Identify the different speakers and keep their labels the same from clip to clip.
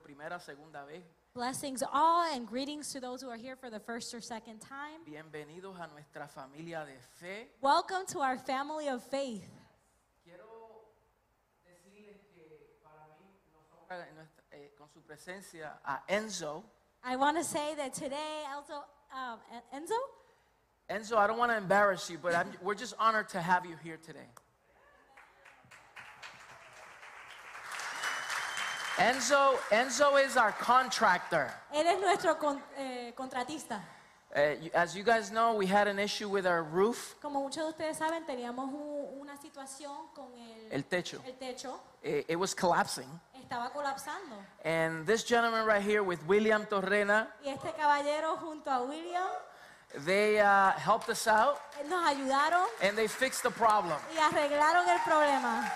Speaker 1: primera, segunda vez.
Speaker 2: Blessings all and greetings to those who are here for the first or second time.
Speaker 1: Bienvenidos a nuestra familia de fe.
Speaker 2: Welcome to our family of faith.
Speaker 1: Quiero decirles que para mí nos honra en nuestra- eh, con su presencia a Enzo.
Speaker 2: I want to say that today, Elzo, um, En- Enzo,
Speaker 1: Enzo, I don't want to embarrass you, but I'm, we're just honored to have you here today. Enzo, Enzo is our contractor.
Speaker 2: eres nuestro con- eh, contratista.
Speaker 1: Uh, you- as you guys know, we had an issue with our roof,
Speaker 2: Como muchos de ustedes saben, teníamos u- una situación con el,
Speaker 1: el techo.
Speaker 2: el techo,
Speaker 1: It, it was collapsing.
Speaker 2: estaba colapsando.
Speaker 1: And this gentleman right here with William Torrena,
Speaker 2: Y este caballero junto a William
Speaker 1: they uh, helped us out
Speaker 2: eh, nos ayudaron
Speaker 1: and they fixed the problem.
Speaker 2: y arreglaron el problema.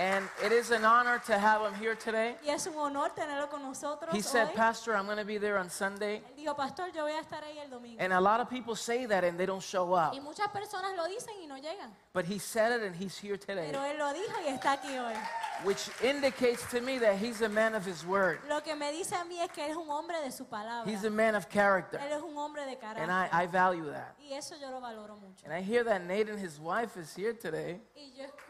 Speaker 1: And it is an honor to have him here today.
Speaker 2: Y es un honor tenerlo con nosotros
Speaker 1: He said,
Speaker 2: hoy.
Speaker 1: Pastor, I'm going to be there on Sunday.
Speaker 2: Él dijo, pastor, yo voy a estar ahí el domingo.
Speaker 1: And a lot of people say that and they don't show up.
Speaker 2: Y muchas personas lo dicen y no llegan.
Speaker 1: But he said it and he's here today,
Speaker 2: Pero él lo dijo y está aquí hoy.
Speaker 1: which indicates to me that he's a man of his word.
Speaker 2: Lo que me dice a mí es que él es un hombre de su palabra.
Speaker 1: He's a man of character.
Speaker 2: Él es un hombre de
Speaker 1: And
Speaker 2: carácter.
Speaker 1: I, I value that.
Speaker 2: Y eso yo lo valoro mucho.
Speaker 1: And I hear that Nate and his wife is here today.
Speaker 2: Y yo escuché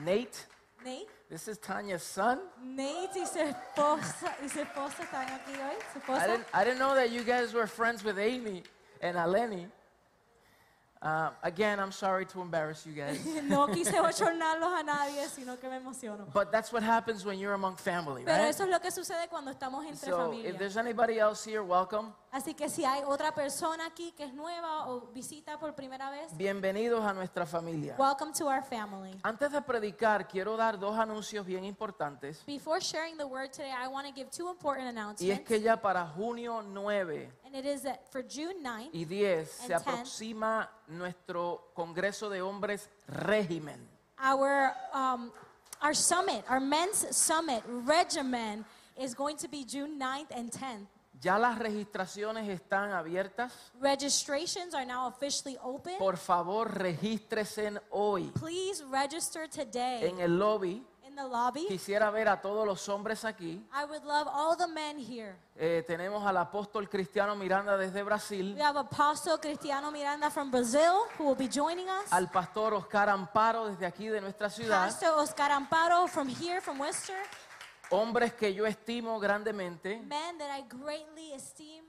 Speaker 1: Nate,
Speaker 2: Nate.
Speaker 1: this is Tanya's son.
Speaker 2: Nate y su esposa y su esposa están aquí hoy. Su
Speaker 1: I
Speaker 2: esposa.
Speaker 1: didn't, I didn't know that you guys were friends with Amy and Aleni. Uh, again, I'm sorry to embarrass you guys.
Speaker 2: No quise bochornarlos a nadie, sino que me emociono.
Speaker 1: But that's what happens when you're among family,
Speaker 2: Pero
Speaker 1: right?
Speaker 2: eso es lo que sucede cuando estamos entre
Speaker 1: So if
Speaker 2: familia.
Speaker 1: there's anybody else here, welcome.
Speaker 2: Así que si hay otra persona aquí que es nueva o visita por primera vez,
Speaker 1: Bienvenidos a nuestra familia.
Speaker 2: welcome to our family.
Speaker 1: Antes de predicar, quiero dar dos anuncios bien importantes.
Speaker 2: Before sharing the word today, I want to give two important
Speaker 1: Y es
Speaker 2: announcements.
Speaker 1: que ya para junio 9
Speaker 2: and it is that for June 9th
Speaker 1: y 10 se
Speaker 2: And 10.
Speaker 1: aproxima nuestro Congreso de Hombres Régimen.
Speaker 2: Our um, our summit, our men's summit regimen is going to be June 9th and 10th.
Speaker 1: Ya las registraciones están abiertas.
Speaker 2: Registrations are now officially open.
Speaker 1: Por favor, regístresen hoy
Speaker 2: Please register today
Speaker 1: en el lobby.
Speaker 2: in the lobby.
Speaker 1: Quisiera ver a todos los hombres aquí.
Speaker 2: I would love all the men here.
Speaker 1: Eh, tenemos al apóstol Cristiano Miranda desde Brasil,
Speaker 2: We have Apostle Cristiano Miranda from Brazil who will be joining us.
Speaker 1: al pastor Oscar Amparo desde aquí de nuestra ciudad,
Speaker 2: Pastor Oscar Amparo from here, from Worcester.
Speaker 1: hombres que yo estimo grandemente.
Speaker 2: Men that I greatly esteem.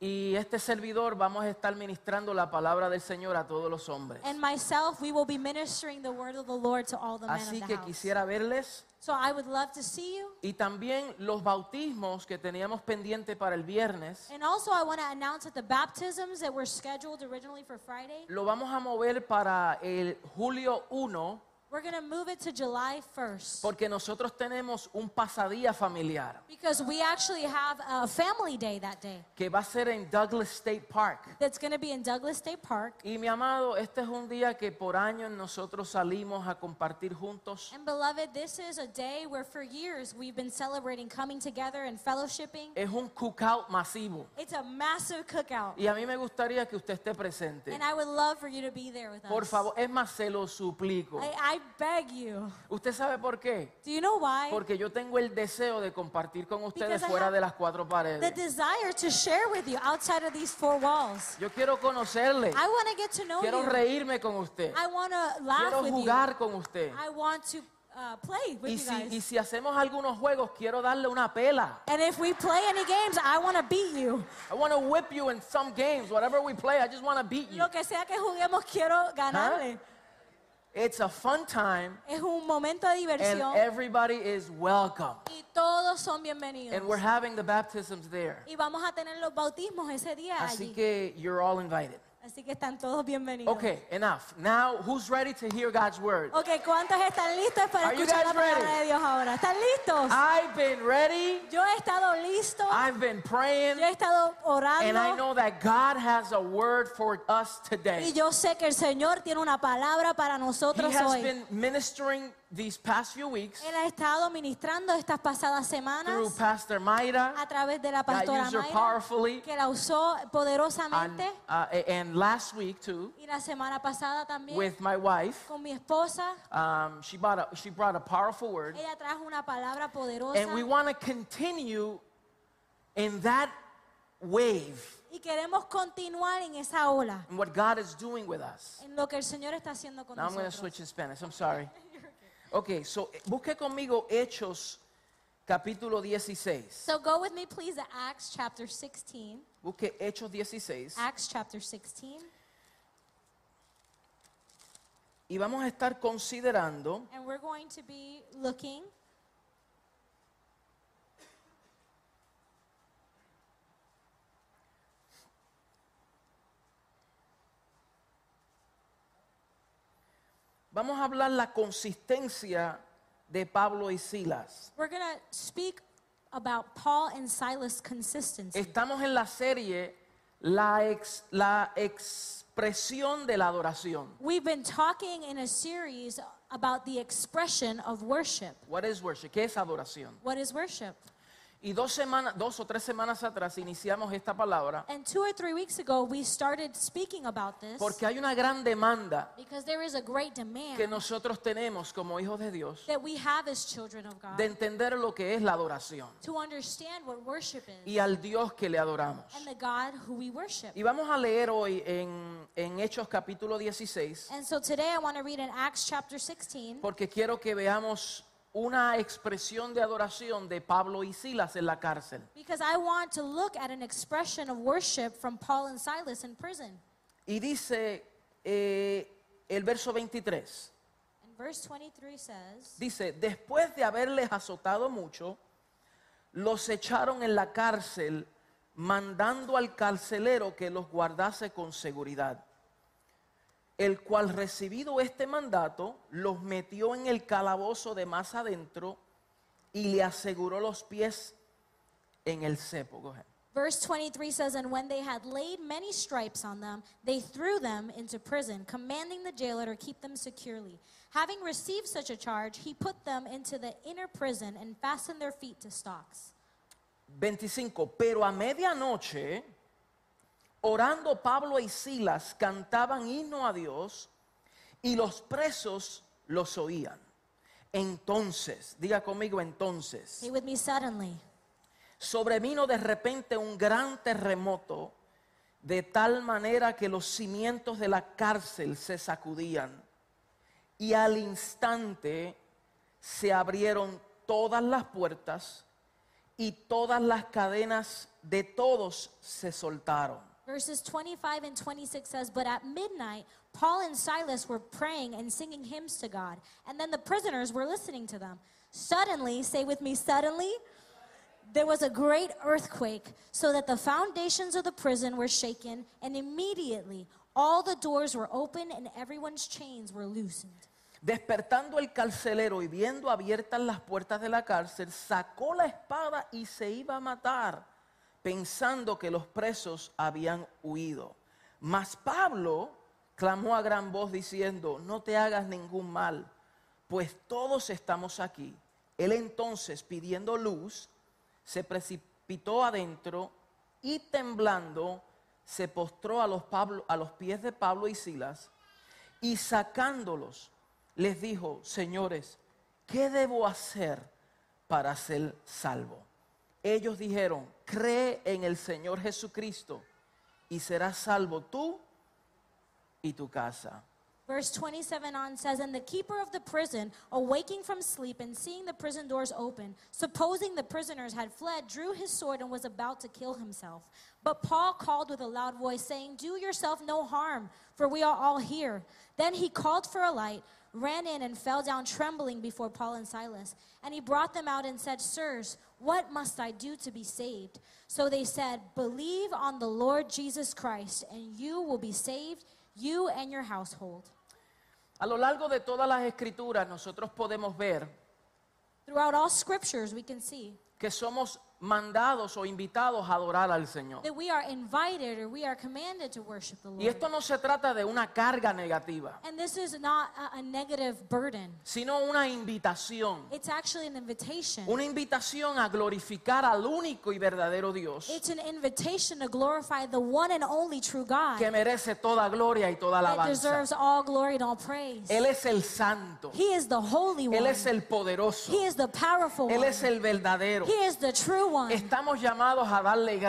Speaker 1: Y este servidor vamos a estar ministrando la palabra del Señor a todos los hombres.
Speaker 2: And myself, we will be ministering the word of the Lord to all the men
Speaker 1: Así
Speaker 2: of the
Speaker 1: que
Speaker 2: house.
Speaker 1: quisiera verles
Speaker 2: So I would love to see you.
Speaker 1: y también los bautismos que teníamos pendiente para el viernes,
Speaker 2: And also, I want to announce that the baptisms that were scheduled originally for Friday,
Speaker 1: lo vamos a mover para el julio 1
Speaker 2: we're going to move it to July 1st.
Speaker 1: porque nosotros tenemos un pasadía familiar
Speaker 2: Because we actually have a family day that day
Speaker 1: que va a ser en Douglas State Park.
Speaker 2: that's going to be in Douglas State Park.
Speaker 1: Y mi amado, este es un día que por años nosotros salimos a compartir juntos.
Speaker 2: And beloved, this is a day where for years we've been celebrating coming together and fellowshipping.
Speaker 1: Es un cookout masivo.
Speaker 2: It's a massive cookout.
Speaker 1: Y a mí me gustaría que usted esté presente.
Speaker 2: And I would love for you to be there with us.
Speaker 1: Por favor, es más, se lo suplico.
Speaker 2: I, I beg you.
Speaker 1: ¿Usted sabe por qué?
Speaker 2: Do you know why?
Speaker 1: Porque yo tengo el deseo de compartir con ustedes
Speaker 2: Because I
Speaker 1: fuera
Speaker 2: have
Speaker 1: de las cuatro
Speaker 2: the
Speaker 1: paredes.
Speaker 2: desire to share with you outside of these four walls.
Speaker 1: Yo quiero conocerle.
Speaker 2: I want to get to know
Speaker 1: Quiero
Speaker 2: you.
Speaker 1: reírme con usted.
Speaker 2: I want to
Speaker 1: Quiero
Speaker 2: laugh with you.
Speaker 1: jugar con usted.
Speaker 2: I want to uh, play with
Speaker 1: Y
Speaker 2: you
Speaker 1: si, y
Speaker 2: guys.
Speaker 1: si hacemos algunos juegos, quiero darle una pela.
Speaker 2: And if we play any games, I want to beat you.
Speaker 1: I want to whip you in some games. Whatever we play, I just want to beat you.
Speaker 2: Lo que sea que juguemos, quiero ganarle.
Speaker 1: It's a fun time,
Speaker 2: Es un momento de
Speaker 1: and
Speaker 2: diversión
Speaker 1: everybody is welcome.
Speaker 2: y todos son
Speaker 1: And we're
Speaker 2: bienvenidos.
Speaker 1: having the baptisms there.
Speaker 2: Y vamos a tener los bautismos ese día
Speaker 1: Así
Speaker 2: allí.
Speaker 1: que you're all invited.
Speaker 2: Así que están todos bienvenidos.
Speaker 1: Okay, enough. Now, who's ready to hear God's word?
Speaker 2: Ok, ¿cuántos están listos para
Speaker 1: Are you
Speaker 2: escuchar la
Speaker 1: guys
Speaker 2: palabra
Speaker 1: ready? Ah.
Speaker 2: de Dios ahora? ¿Están listos?
Speaker 1: I've been ready.
Speaker 2: Yo he estado listo,
Speaker 1: I've been praying.
Speaker 2: yo he estado
Speaker 1: Ah. And I
Speaker 2: orando
Speaker 1: know that God has a word for us
Speaker 2: y
Speaker 1: today.
Speaker 2: yo sé que el Señor tiene una palabra para
Speaker 1: He
Speaker 2: nosotros
Speaker 1: has
Speaker 2: hoy.
Speaker 1: been ministering these past few weeks
Speaker 2: Él ha estado ministrando estas pasadas
Speaker 1: through
Speaker 2: semanas
Speaker 1: Pastor Mayra,
Speaker 2: a través de la
Speaker 1: that
Speaker 2: pastora
Speaker 1: used her
Speaker 2: Mayra,
Speaker 1: powerfully,
Speaker 2: que la usó
Speaker 1: and,
Speaker 2: poderosamente.
Speaker 1: uh, a- and last week too,
Speaker 2: Y la semana pasada también
Speaker 1: with my wife.
Speaker 2: con mi esposa,
Speaker 1: Um, she, brought a, she brought a powerful word.
Speaker 2: ella trajo una palabra poderosa.
Speaker 1: And we want to continue in that wave
Speaker 2: Y queremos continuar en esa ola,
Speaker 1: and what God is doing with us.
Speaker 2: en lo que el Señor está haciendo con
Speaker 1: Now I'm going to
Speaker 2: nosotros.
Speaker 1: switch in Spanish. I'm sorry. Okay, so eh, busque conmigo Hechos capítulo 16.
Speaker 2: So go with me please to Acts chapter 16.
Speaker 1: Busque Hechos 16.
Speaker 2: Acts chapter 16.
Speaker 1: Y vamos a estar considerando
Speaker 2: And we're going to be looking
Speaker 1: Vamos a hablar la consistencia de Pablo y Silas.
Speaker 2: We're going to speak about Paul and Silas' consistency.
Speaker 1: Estamos en la serie La, ex- la expresión de la adoración.
Speaker 2: We've been talking in a series about the expression of worship.
Speaker 1: What is worship? ¿Qué es adoración?
Speaker 2: What is worship?
Speaker 1: Y dos semanas, dos o tres semanas atrás iniciamos esta palabra
Speaker 2: And two or three weeks ago, we started speaking about this
Speaker 1: porque hay una gran demanda
Speaker 2: because there is a great
Speaker 1: que
Speaker 2: demand
Speaker 1: nosotros tenemos como hijos de Dios
Speaker 2: that we have as children of God
Speaker 1: de entender lo que es la adoración
Speaker 2: to understand what worship is
Speaker 1: y al Dios que le adoramos.
Speaker 2: and the God who we worship.
Speaker 1: Y vamos a leer hoy en, en Hechos capítulo 16
Speaker 2: And so today I want to read in Acts chapter 16
Speaker 1: porque quiero que veamos una expresión de adoración de Pablo y Silas en la cárcel.
Speaker 2: because I want to look at an expression of worship from Paul and Silas in prison.
Speaker 1: Y dice eh, el verso 23,
Speaker 2: And verse 23 says,
Speaker 1: dice, después de haberles azotado mucho, los echaron en la cárcel, mandando al carcelero que los guardase con seguridad, el cual recibido este mandato, los metió en el calabozo de más adentro y le aseguró los pies en el cepo. Go ahead.
Speaker 2: verse 23 says, And when they had laid many stripes on them, they threw them into prison, commanding the jailer to keep them securely. Having received such a charge, he put them into the inner prison and fastened their feet to stocks.
Speaker 1: 25. Pero a medianoche, orando Pablo y Silas, cantaban himno a Dios y los presos los oían. Entonces, diga conmigo entonces,
Speaker 2: Stay with me suddenly.
Speaker 1: sobrevino de repente un gran terremoto de tal manera que los cimientos de la cárcel se sacudían y al instante se abrieron todas las puertas y todas las cadenas de todos se soltaron.
Speaker 2: Verses 25 and 26 says, But at midnight, Paul and Silas were praying and singing hymns to God, and then the prisoners were listening to them. Suddenly, say with me, suddenly, there was a great earthquake, so that the foundations of the prison were shaken, and immediately all the doors were open and everyone's chains were loosened.
Speaker 1: Despertando el carcelero y viendo abiertas las puertas de la cárcel, sacó la espada y se iba a matar, pensando que los presos habían huido. Mas Pablo clamó a gran voz diciendo, no te hagas ningún mal, pues todos estamos aquí. Él entonces, pidiendo luz, se precipitó adentro y temblando, se postró a los, Pablo- a los pies de Pablo y Silas y sacándolos, les dijo, señores, ¿qué debo hacer para ser salvo? Ellos dijeron, cree en el Señor Jesucristo y serás salvo tú y tu casa.
Speaker 2: Verse 27 on says, And the keeper of the prison, awaking from sleep and seeing the prison doors open, supposing the prisoners had fled, drew his sword and was about to kill himself. But Paul called with a loud voice, saying, Do yourself no harm, for we are all here. Then he called for a light, ran in, and fell down trembling before Paul and Silas. And he brought them out and said, Sirs, what must I do to be saved? So they said, Believe on the Lord Jesus Christ, and you will be saved, you and your household.
Speaker 1: A lo largo de todas las escrituras nosotros podemos ver
Speaker 2: Throughout all scriptures, we can see
Speaker 1: que somos mandados o invitados a adorar al Señor.
Speaker 2: that we are invited or we are commanded to worship the Lord.
Speaker 1: Y esto no se trata de una carga negativa,
Speaker 2: And this is not a, a negative burden.
Speaker 1: sino una invitación.
Speaker 2: It's actually an invitation.
Speaker 1: Una invitación a glorificar al único y verdadero Dios
Speaker 2: It's an invitation to glorify the one and only true God
Speaker 1: que merece toda gloria y toda
Speaker 2: that
Speaker 1: alabanza.
Speaker 2: deserves all glory and all praise.
Speaker 1: Él es el santo,
Speaker 2: He is the holy
Speaker 1: Él
Speaker 2: one.
Speaker 1: es el poderoso,
Speaker 2: He is the powerful
Speaker 1: Él
Speaker 2: one.
Speaker 1: es el verdadero.
Speaker 2: He is the true one.
Speaker 1: Estamos llamados a darle
Speaker 2: We are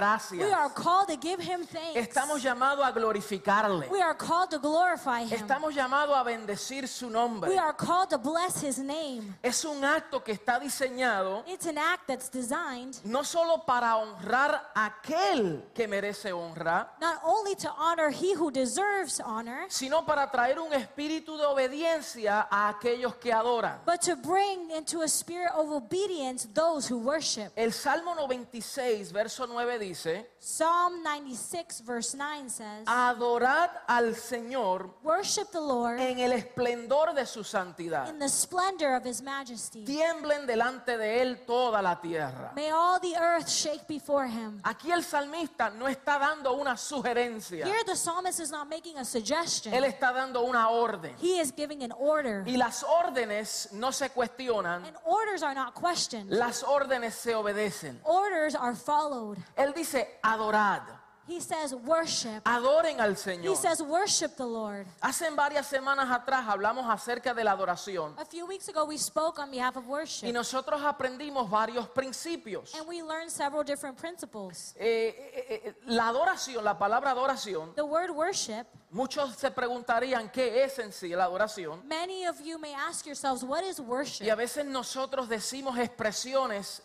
Speaker 1: gracias.
Speaker 2: called to give him thanks.
Speaker 1: Estamos llamados a glorificarle.
Speaker 2: We are called to glorify him.
Speaker 1: Estamos llamados a bendecir su nombre.
Speaker 2: We are called to bless his name.
Speaker 1: Es un acto que está diseñado
Speaker 2: It's an act that's designed
Speaker 1: no solo para honrar a aquel que merece honra,
Speaker 2: not only to honor he who deserves honor,
Speaker 1: sino para traer un espíritu de obediencia a aquellos que adoran.
Speaker 2: but to bring into a spirit of obedience those who worship.
Speaker 1: El Salmo 96, verso 9 dice,
Speaker 2: Psalm 96, verse 9 says,
Speaker 1: adorad al Señor
Speaker 2: Worship the Lord
Speaker 1: en el esplendor de su santidad.
Speaker 2: in the splendor of his majesty.
Speaker 1: Tiemblen delante de él toda la tierra.
Speaker 2: May all the earth shake before him.
Speaker 1: Aquí el salmista no está dando una sugerencia,
Speaker 2: Here, the psalmist is not making a
Speaker 1: él
Speaker 2: suggestion,
Speaker 1: está dando una orden.
Speaker 2: he is giving an order.
Speaker 1: Y las órdenes no se cuestionan,
Speaker 2: And orders are not questioned,
Speaker 1: las órdenes se obedecen.
Speaker 2: orders are followed.
Speaker 1: Él dice, adorad,
Speaker 2: He says, Worship.
Speaker 1: adoren al
Speaker 2: He
Speaker 1: Señor.
Speaker 2: says, Worship the Lord.
Speaker 1: Hace varias semanas atrás hablamos acerca de la adoración
Speaker 2: A few weeks ago, we spoke on behalf of
Speaker 1: y
Speaker 2: worship,
Speaker 1: nosotros aprendimos varios principios.
Speaker 2: and we learned several different principles.
Speaker 1: Eh, eh, eh, la adoración, la palabra adoración,
Speaker 2: The word worship,
Speaker 1: muchos se preguntarían qué es en sí la adoración
Speaker 2: many of you may ask yourselves, What is
Speaker 1: y a
Speaker 2: worship?
Speaker 1: veces nosotros decimos expresiones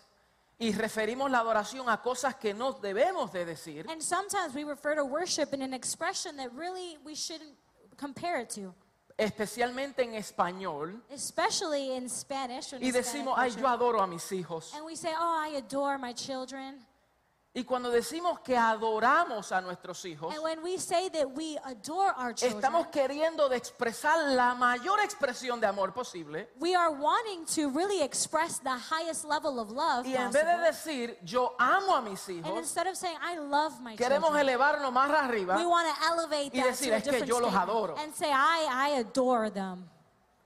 Speaker 1: y referimos la adoración a cosas que no debemos de decir.
Speaker 2: And sometimes we refer to worship in an expression that really we shouldn't compare it to,
Speaker 1: especialmente en español,
Speaker 2: especially in Spanish. or in
Speaker 1: y
Speaker 2: Hispanic
Speaker 1: decimos, ay,
Speaker 2: culture.
Speaker 1: yo adoro a mis hijos.
Speaker 2: And we say, Oh, I adore my children.
Speaker 1: Y cuando decimos que adoramos a nuestros hijos,
Speaker 2: And when we say that we adore our children,
Speaker 1: estamos queriendo de expresar la mayor expresión de amor posible.
Speaker 2: we are wanting to really express the highest level of love.
Speaker 1: Y en vez de
Speaker 2: possible.
Speaker 1: decir, yo amo a mis
Speaker 2: And
Speaker 1: hijos,
Speaker 2: instead of saying, I love my
Speaker 1: queremos
Speaker 2: children,
Speaker 1: elevarnos más arriba
Speaker 2: we want to elevate
Speaker 1: y
Speaker 2: that
Speaker 1: decir,
Speaker 2: to a
Speaker 1: "Es que
Speaker 2: different
Speaker 1: yo los
Speaker 2: state
Speaker 1: adoro."
Speaker 2: and say, I, I adore them.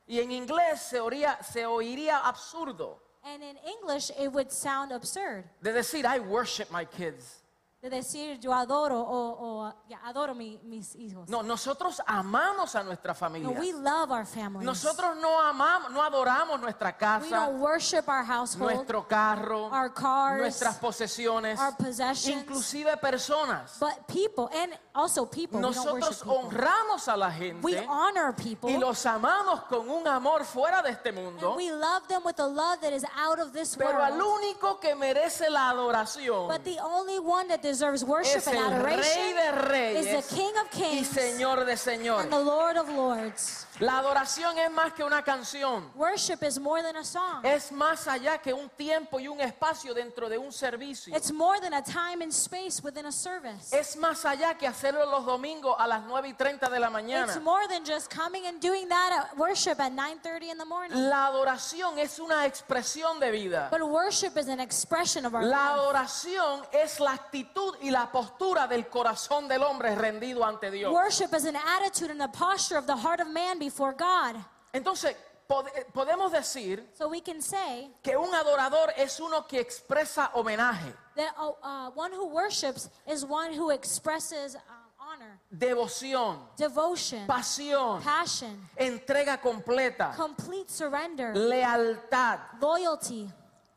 Speaker 1: y en inglés se, oría- se oiría absurdo
Speaker 2: And in English, it would sound absurd.
Speaker 1: de decir, I worship my kids.
Speaker 2: De decir, yo adoro o, o ya, adoro mi- mis hijos.
Speaker 1: No, nosotros amamos a nuestra
Speaker 2: No, we
Speaker 1: familia.
Speaker 2: love our families.
Speaker 1: Nosotros no amamos, no adoramos nuestra
Speaker 2: we
Speaker 1: casa,
Speaker 2: don't worship our household,
Speaker 1: nuestro carro,
Speaker 2: our cars,
Speaker 1: nuestras posesiones,
Speaker 2: our possessions,
Speaker 1: inclusive personas.
Speaker 2: but people, and also people. we don't worship
Speaker 1: Nosotros
Speaker 2: people.
Speaker 1: honramos a la
Speaker 2: We
Speaker 1: gente
Speaker 2: honor people.
Speaker 1: y los amamos con un amor fuera de este
Speaker 2: and
Speaker 1: mundo,
Speaker 2: we love them with a love that is out of this
Speaker 1: pero al
Speaker 2: world.
Speaker 1: único que merece la adoración
Speaker 2: But the only one that deserves worship
Speaker 1: es
Speaker 2: and
Speaker 1: el Rey
Speaker 2: adoration
Speaker 1: de
Speaker 2: is the
Speaker 1: Reyes
Speaker 2: King
Speaker 1: y
Speaker 2: of Kings
Speaker 1: Señor de
Speaker 2: and the
Speaker 1: Señores.
Speaker 2: Lord of Lords.
Speaker 1: La adoración es más que una canción.
Speaker 2: Worship is more than a song.
Speaker 1: Es más allá que un tiempo y un espacio dentro de un servicio.
Speaker 2: It's more than a time and space within a service.
Speaker 1: Es más allá que hacerlo los domingos a las 9 y 30 de la
Speaker 2: It's
Speaker 1: mañana.
Speaker 2: more than just coming and doing that at worship at 9:30 in the morning.
Speaker 1: La adoración es una expresión de vida.
Speaker 2: But worship is an expression of our
Speaker 1: La
Speaker 2: life.
Speaker 1: adoración es la actitud y la postura del corazón del hombre rendido ante Dios.
Speaker 2: Worship is an attitude and a posture of the heart of man before God.
Speaker 1: Entonces, pod- eh, podemos decir
Speaker 2: So we can say
Speaker 1: que un adorador es uno que expresa homenaje,
Speaker 2: that oh, uh, one who worships is one who expresses um, honor,
Speaker 1: devoción,
Speaker 2: devotion,
Speaker 1: pasión,
Speaker 2: passion,
Speaker 1: entrega completa,
Speaker 2: complete surrender,
Speaker 1: lealtad
Speaker 2: loyalty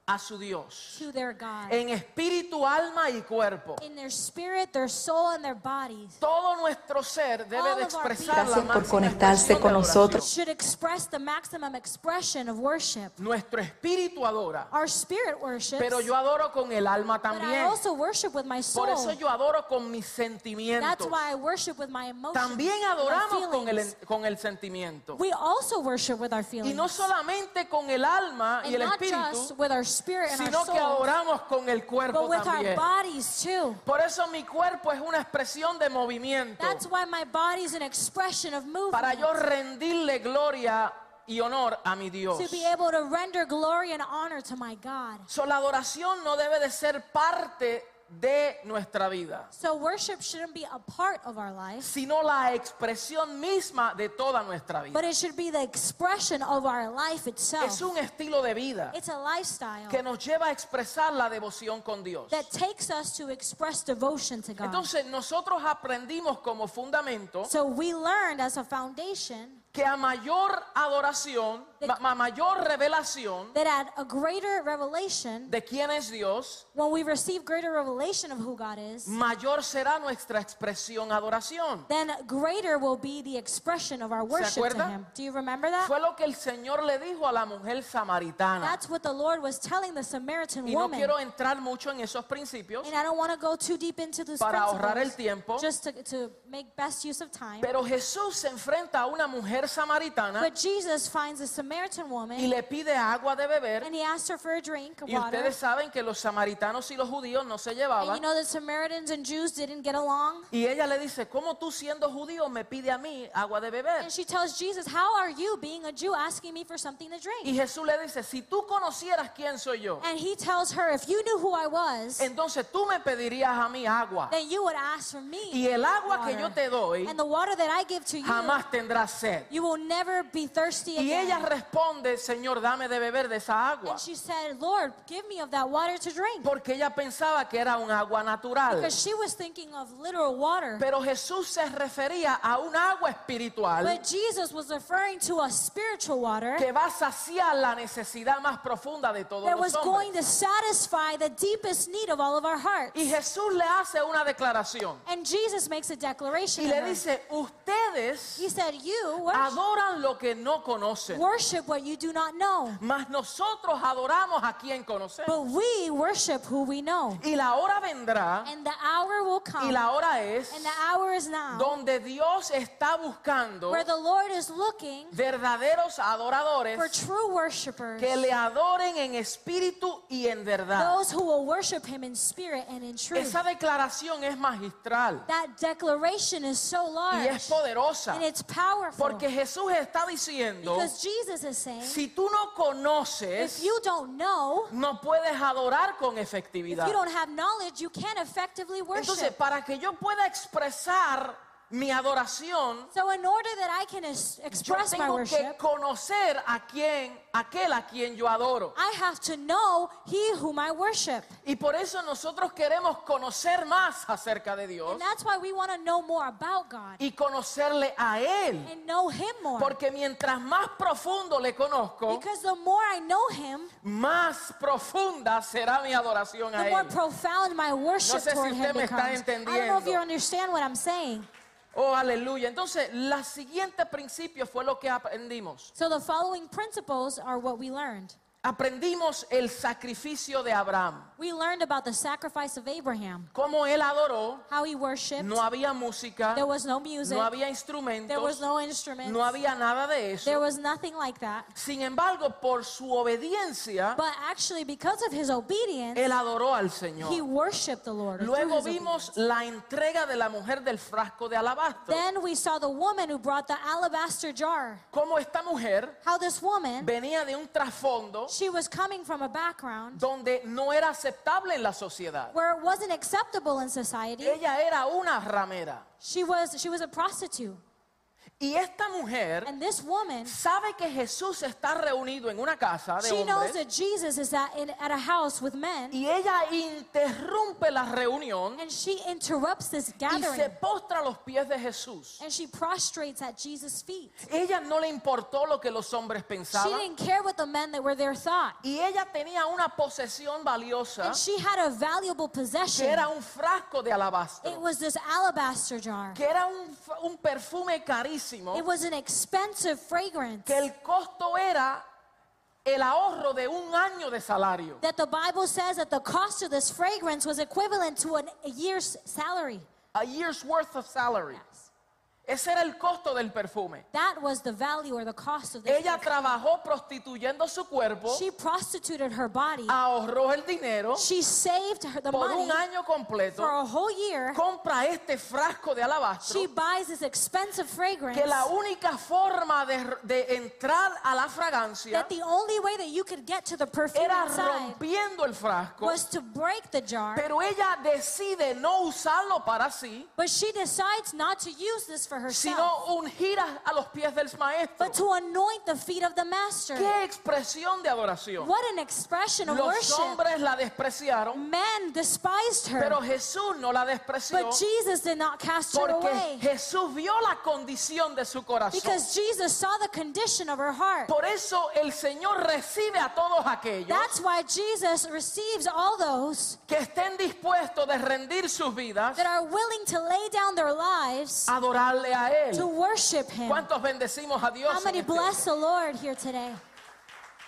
Speaker 1: a su Dios
Speaker 2: to their God.
Speaker 1: en espíritu, alma y cuerpo.
Speaker 2: In their spirit, their soul, and their bodies
Speaker 1: Todo nuestro ser debe
Speaker 2: All
Speaker 1: de
Speaker 2: of our
Speaker 1: expresar
Speaker 2: being.
Speaker 1: la
Speaker 3: Gracias por
Speaker 1: máxima
Speaker 3: conectarse
Speaker 1: expresión de
Speaker 3: con
Speaker 1: adoración.
Speaker 3: nosotros.
Speaker 2: should express the maximum expression of worship.
Speaker 1: Nuestro espíritu adora,
Speaker 2: Our spirit worships,
Speaker 1: pero yo adoro con el alma
Speaker 2: but I
Speaker 1: también.
Speaker 2: also worship with my
Speaker 1: Por eso
Speaker 2: soul.
Speaker 1: yo adoro con mis
Speaker 2: That's
Speaker 1: sentimientos.
Speaker 2: why I worship with my emotions.
Speaker 1: También
Speaker 2: my
Speaker 1: adoramos con
Speaker 2: feelings.
Speaker 1: el, con el sentimiento.
Speaker 2: We also worship with our
Speaker 1: Y
Speaker 2: feelings.
Speaker 1: no solamente con el alma y
Speaker 2: and
Speaker 1: el
Speaker 2: not just
Speaker 1: espíritu,
Speaker 2: with our spirit and our
Speaker 1: sino que
Speaker 2: soul,
Speaker 1: adoramos con el cuerpo
Speaker 2: but with our
Speaker 1: también.
Speaker 2: bodies too.
Speaker 1: Por eso mi cuerpo es una expresión de movimiento.
Speaker 2: That's why my body is an expression of movement.
Speaker 1: Para yo rendirle gloria y honor a mi Dios.
Speaker 2: to be able to render glory and honor to my God.
Speaker 1: So, la adoración no debe de ser parte de nuestra vida,
Speaker 2: So worship shouldn't be a part of our life,
Speaker 1: sino la expresión misma de toda nuestra vida.
Speaker 2: but it should be the expression of our life itself.
Speaker 1: Es un estilo de vida
Speaker 2: It's a lifestyle
Speaker 1: que nos lleva a expresar la devoción con Dios.
Speaker 2: that takes us to express devotion to God.
Speaker 1: Entonces nosotros aprendimos como fundamento
Speaker 2: So we learned as a foundation
Speaker 1: que a mayor adoración, ma- ma- mayor revelación
Speaker 2: that at a greater revelation,
Speaker 1: de quién es Dios,
Speaker 2: when we receive greater revelation of who God is,
Speaker 1: mayor será nuestra expresión adoración.
Speaker 2: then greater will be the expression of our worship to
Speaker 1: acuerda?
Speaker 2: Him. Do you remember that?
Speaker 1: Fue lo que el Señor le dijo a la mujer samaritana.
Speaker 2: That's what the Lord was telling the Samaritan
Speaker 1: Y no
Speaker 2: woman.
Speaker 1: quiero entrar mucho en esos principios,
Speaker 2: And I don't want to go too deep into this
Speaker 1: Para ahorrar el tiempo.
Speaker 2: just to, to make best use of time.
Speaker 1: pero Jesús se enfrenta a una mujer samaritana
Speaker 2: But Jesus finds a Samaritan
Speaker 1: y
Speaker 2: woman
Speaker 1: le pide agua de beber.
Speaker 2: and he asks her for a drink,
Speaker 1: Y
Speaker 2: water.
Speaker 1: ustedes saben que los samaritanos y los judíos no se
Speaker 2: And you
Speaker 1: llevaban.
Speaker 2: know the Samaritans and Jews didn't get along.
Speaker 1: Y ella le dice, ¿cómo tú siendo judío me pide a mí agua de beber?
Speaker 2: And she tells Jesus, How are you, being a Jew, asking me for something to drink?
Speaker 1: Y Jesús le dice, si tú conocieras quién soy yo,
Speaker 2: And he tells her, If you knew who I was,
Speaker 1: entonces tú me pedirías a mí agua.
Speaker 2: then you would ask for me.
Speaker 1: Y el agua que
Speaker 2: water.
Speaker 1: yo te doy
Speaker 2: and the water that I give to you,
Speaker 1: jamás tendrás sed.
Speaker 2: you will never be thirsty
Speaker 1: Y
Speaker 2: again.
Speaker 1: ella responde, Señor, dame de beber de esa agua.
Speaker 2: and she said, Lord, give me of that water to drink.
Speaker 1: Porque ella pensaba que era un agua natural.
Speaker 2: Because she was thinking of literal water.
Speaker 1: Pero Jesús se refería a un agua espiritual
Speaker 2: But Jesus was referring to a spiritual water
Speaker 1: que va a saciar la necesidad más profunda de todos
Speaker 2: that was
Speaker 1: los
Speaker 2: going
Speaker 1: hombres.
Speaker 2: to satisfy the deepest need of all of our hearts.
Speaker 1: Y Jesús le hace una declaración
Speaker 2: And Jesus makes a declaration.
Speaker 1: y
Speaker 2: to
Speaker 1: le
Speaker 2: her.
Speaker 1: dice, ustedes
Speaker 2: He said, You worship,
Speaker 1: adoran lo que no conocen,
Speaker 2: worship what you do not know,
Speaker 1: mas nosotros adoramos a quien conocemos.
Speaker 2: but we worship who we know.
Speaker 1: Y la hora vendrá
Speaker 2: And the hour will
Speaker 1: y
Speaker 2: come,
Speaker 1: la hora es
Speaker 2: and the hour is now,
Speaker 1: donde Dios está buscando
Speaker 2: where the Lord is looking
Speaker 1: verdaderos
Speaker 2: for
Speaker 1: adoradores
Speaker 2: true worshipers,
Speaker 1: que le adoren en espíritu y en verdad.
Speaker 2: those who will worship Him in spirit and in truth.
Speaker 1: Esa declaración es magistral
Speaker 2: That declaration is so
Speaker 1: y
Speaker 2: large
Speaker 1: es poderosa
Speaker 2: and it's powerful.
Speaker 1: porque Jesús está diciendo,
Speaker 2: Because Jesus is saying,
Speaker 1: si tú no
Speaker 2: if
Speaker 1: conoces,
Speaker 2: you don't know,
Speaker 1: no puedes adorar con
Speaker 2: if
Speaker 1: efectividad.
Speaker 2: you don't have knowledge, you can't effectively
Speaker 1: Entonces,
Speaker 2: worship.
Speaker 1: para que yo pueda expresar mi adoración,
Speaker 2: So in order that I can es-
Speaker 1: yo
Speaker 2: express my
Speaker 1: tengo que
Speaker 2: worship,
Speaker 1: conocer a quien, aquel a quien yo adoro.
Speaker 2: I have to know he whom I worship.
Speaker 1: Y por eso nosotros queremos conocer más acerca de Dios
Speaker 2: And that's why we want to know more about God
Speaker 1: y conocerle a Él.
Speaker 2: and know him more.
Speaker 1: Porque mientras más profundo le conozco,
Speaker 2: Because the more I know him,
Speaker 1: más profunda será mi adoración a
Speaker 2: the more
Speaker 1: Él.
Speaker 2: profound my worship
Speaker 1: No sé si
Speaker 2: toward him
Speaker 1: usted me está
Speaker 2: becomes. I don't know if
Speaker 1: entendiendo.
Speaker 2: you understand what I'm saying.
Speaker 1: Oh, aleluya. Entonces, el siguiente principio fue lo que aprendimos.
Speaker 2: So the following principles are what we learned.
Speaker 1: Aprendimos el sacrificio de Abraham.
Speaker 2: We learned about the sacrifice of Abraham,
Speaker 1: Cómo él adoró,
Speaker 2: how he worshipped.
Speaker 1: no había música,
Speaker 2: There was no music.
Speaker 1: no había
Speaker 2: There was
Speaker 1: instrumentos,
Speaker 2: no instruments.
Speaker 1: no había nada de
Speaker 2: There
Speaker 1: eso.
Speaker 2: was nothing like that.
Speaker 1: Sin embargo, por su obediencia,
Speaker 2: But actually, because of his obedience,
Speaker 1: él adoró al
Speaker 2: he
Speaker 1: Señor.
Speaker 2: worshipped the Lord. through
Speaker 1: Luego
Speaker 2: his obedience.
Speaker 1: vimos la entrega de la mujer del frasco de alabastro.
Speaker 2: Then we saw the woman who brought the alabaster jar.
Speaker 1: Cómo esta mujer
Speaker 2: How this woman,
Speaker 1: venía de un trasfondo
Speaker 2: she was coming from a background
Speaker 1: donde no era aceptable en la sociedad.
Speaker 2: where it wasn't acceptable in society.
Speaker 1: Ella era una ramera.
Speaker 2: She was she was a prostitute.
Speaker 1: Y esta mujer
Speaker 2: And this woman,
Speaker 1: sabe que Jesús está reunido en una casa de
Speaker 2: she knows
Speaker 1: hombres
Speaker 2: that Jesus is at, in, at a house with men,
Speaker 1: y ella interrumpe la reunión
Speaker 2: and she interrupts this
Speaker 1: y se
Speaker 2: gathering
Speaker 1: postra a los pies de Jesús.
Speaker 2: and she prostrates at Jesus' feet.
Speaker 1: Ella no le importó lo que los hombres
Speaker 2: She
Speaker 1: pensaban
Speaker 2: didn't care what the men that were there thought.
Speaker 1: y ella tenía una posesión valiosa
Speaker 2: And she had a valuable
Speaker 1: que
Speaker 2: possession.
Speaker 1: era un frasco de
Speaker 2: It
Speaker 1: alabastro,
Speaker 2: was this alabaster jar.
Speaker 1: que era un, f- un perfume carísimo
Speaker 2: It was an expensive fragrance
Speaker 1: que el costo era el ahorro de un año de salario.
Speaker 2: that the Bible says that the cost of this fragrance was equivalent to an, a year's salary.
Speaker 1: A year's worth of salary. Ese era el costo del perfume.
Speaker 2: That was the value or the cost of this.
Speaker 1: Ella
Speaker 2: perfume.
Speaker 1: trabajó prostituyendo su cuerpo,
Speaker 2: She prostituted her body.
Speaker 1: ahorró el dinero
Speaker 2: She saved her, the
Speaker 1: Ah, por
Speaker 2: money
Speaker 1: un año completo,
Speaker 2: for a whole year.
Speaker 1: compra este frasco de alabastro
Speaker 2: She buys this expensive fragrance.
Speaker 1: que la única forma de, de entrar a la fragancia
Speaker 2: That the only way that you could get to the perfume
Speaker 1: era
Speaker 2: inside
Speaker 1: rompiendo el frasco,
Speaker 2: was to break the jar.
Speaker 1: pero ella decide no usarlo para sí,
Speaker 2: But she decides not to use this for herself,
Speaker 1: sino ungir a, a los pies del
Speaker 2: but
Speaker 1: maestro.
Speaker 2: to anoint the feet of the master.
Speaker 1: ¡Qué expresión de adoración!
Speaker 2: What an expression of
Speaker 1: Los
Speaker 2: worship.
Speaker 1: hombres la despreciaron,
Speaker 2: Men despised her,
Speaker 1: pero Jesús no la despreció
Speaker 2: but Jesus did not cast her
Speaker 1: porque
Speaker 2: away
Speaker 1: Jesús vio la condición de su corazón.
Speaker 2: because Jesus saw the condition of her heart.
Speaker 1: Por eso el Señor recibe a todos aquellos
Speaker 2: That's why Jesus receives all those
Speaker 1: que estén dispuestos de rendir sus vidas,
Speaker 2: that are willing to lay down their lives
Speaker 1: adorarle a
Speaker 2: to
Speaker 1: Él.
Speaker 2: worship Him.
Speaker 1: ¿Cuántos bendecimos a Dios?
Speaker 2: How
Speaker 1: en
Speaker 2: many
Speaker 1: este
Speaker 2: bless the Lord here today?
Speaker 1: día?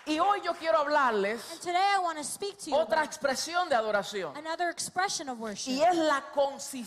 Speaker 1: Y hoy yo quiero hablarles
Speaker 2: And today I want to speak to you
Speaker 1: otra
Speaker 2: about
Speaker 1: expresión de adoración
Speaker 2: another expression of worship.
Speaker 1: y es la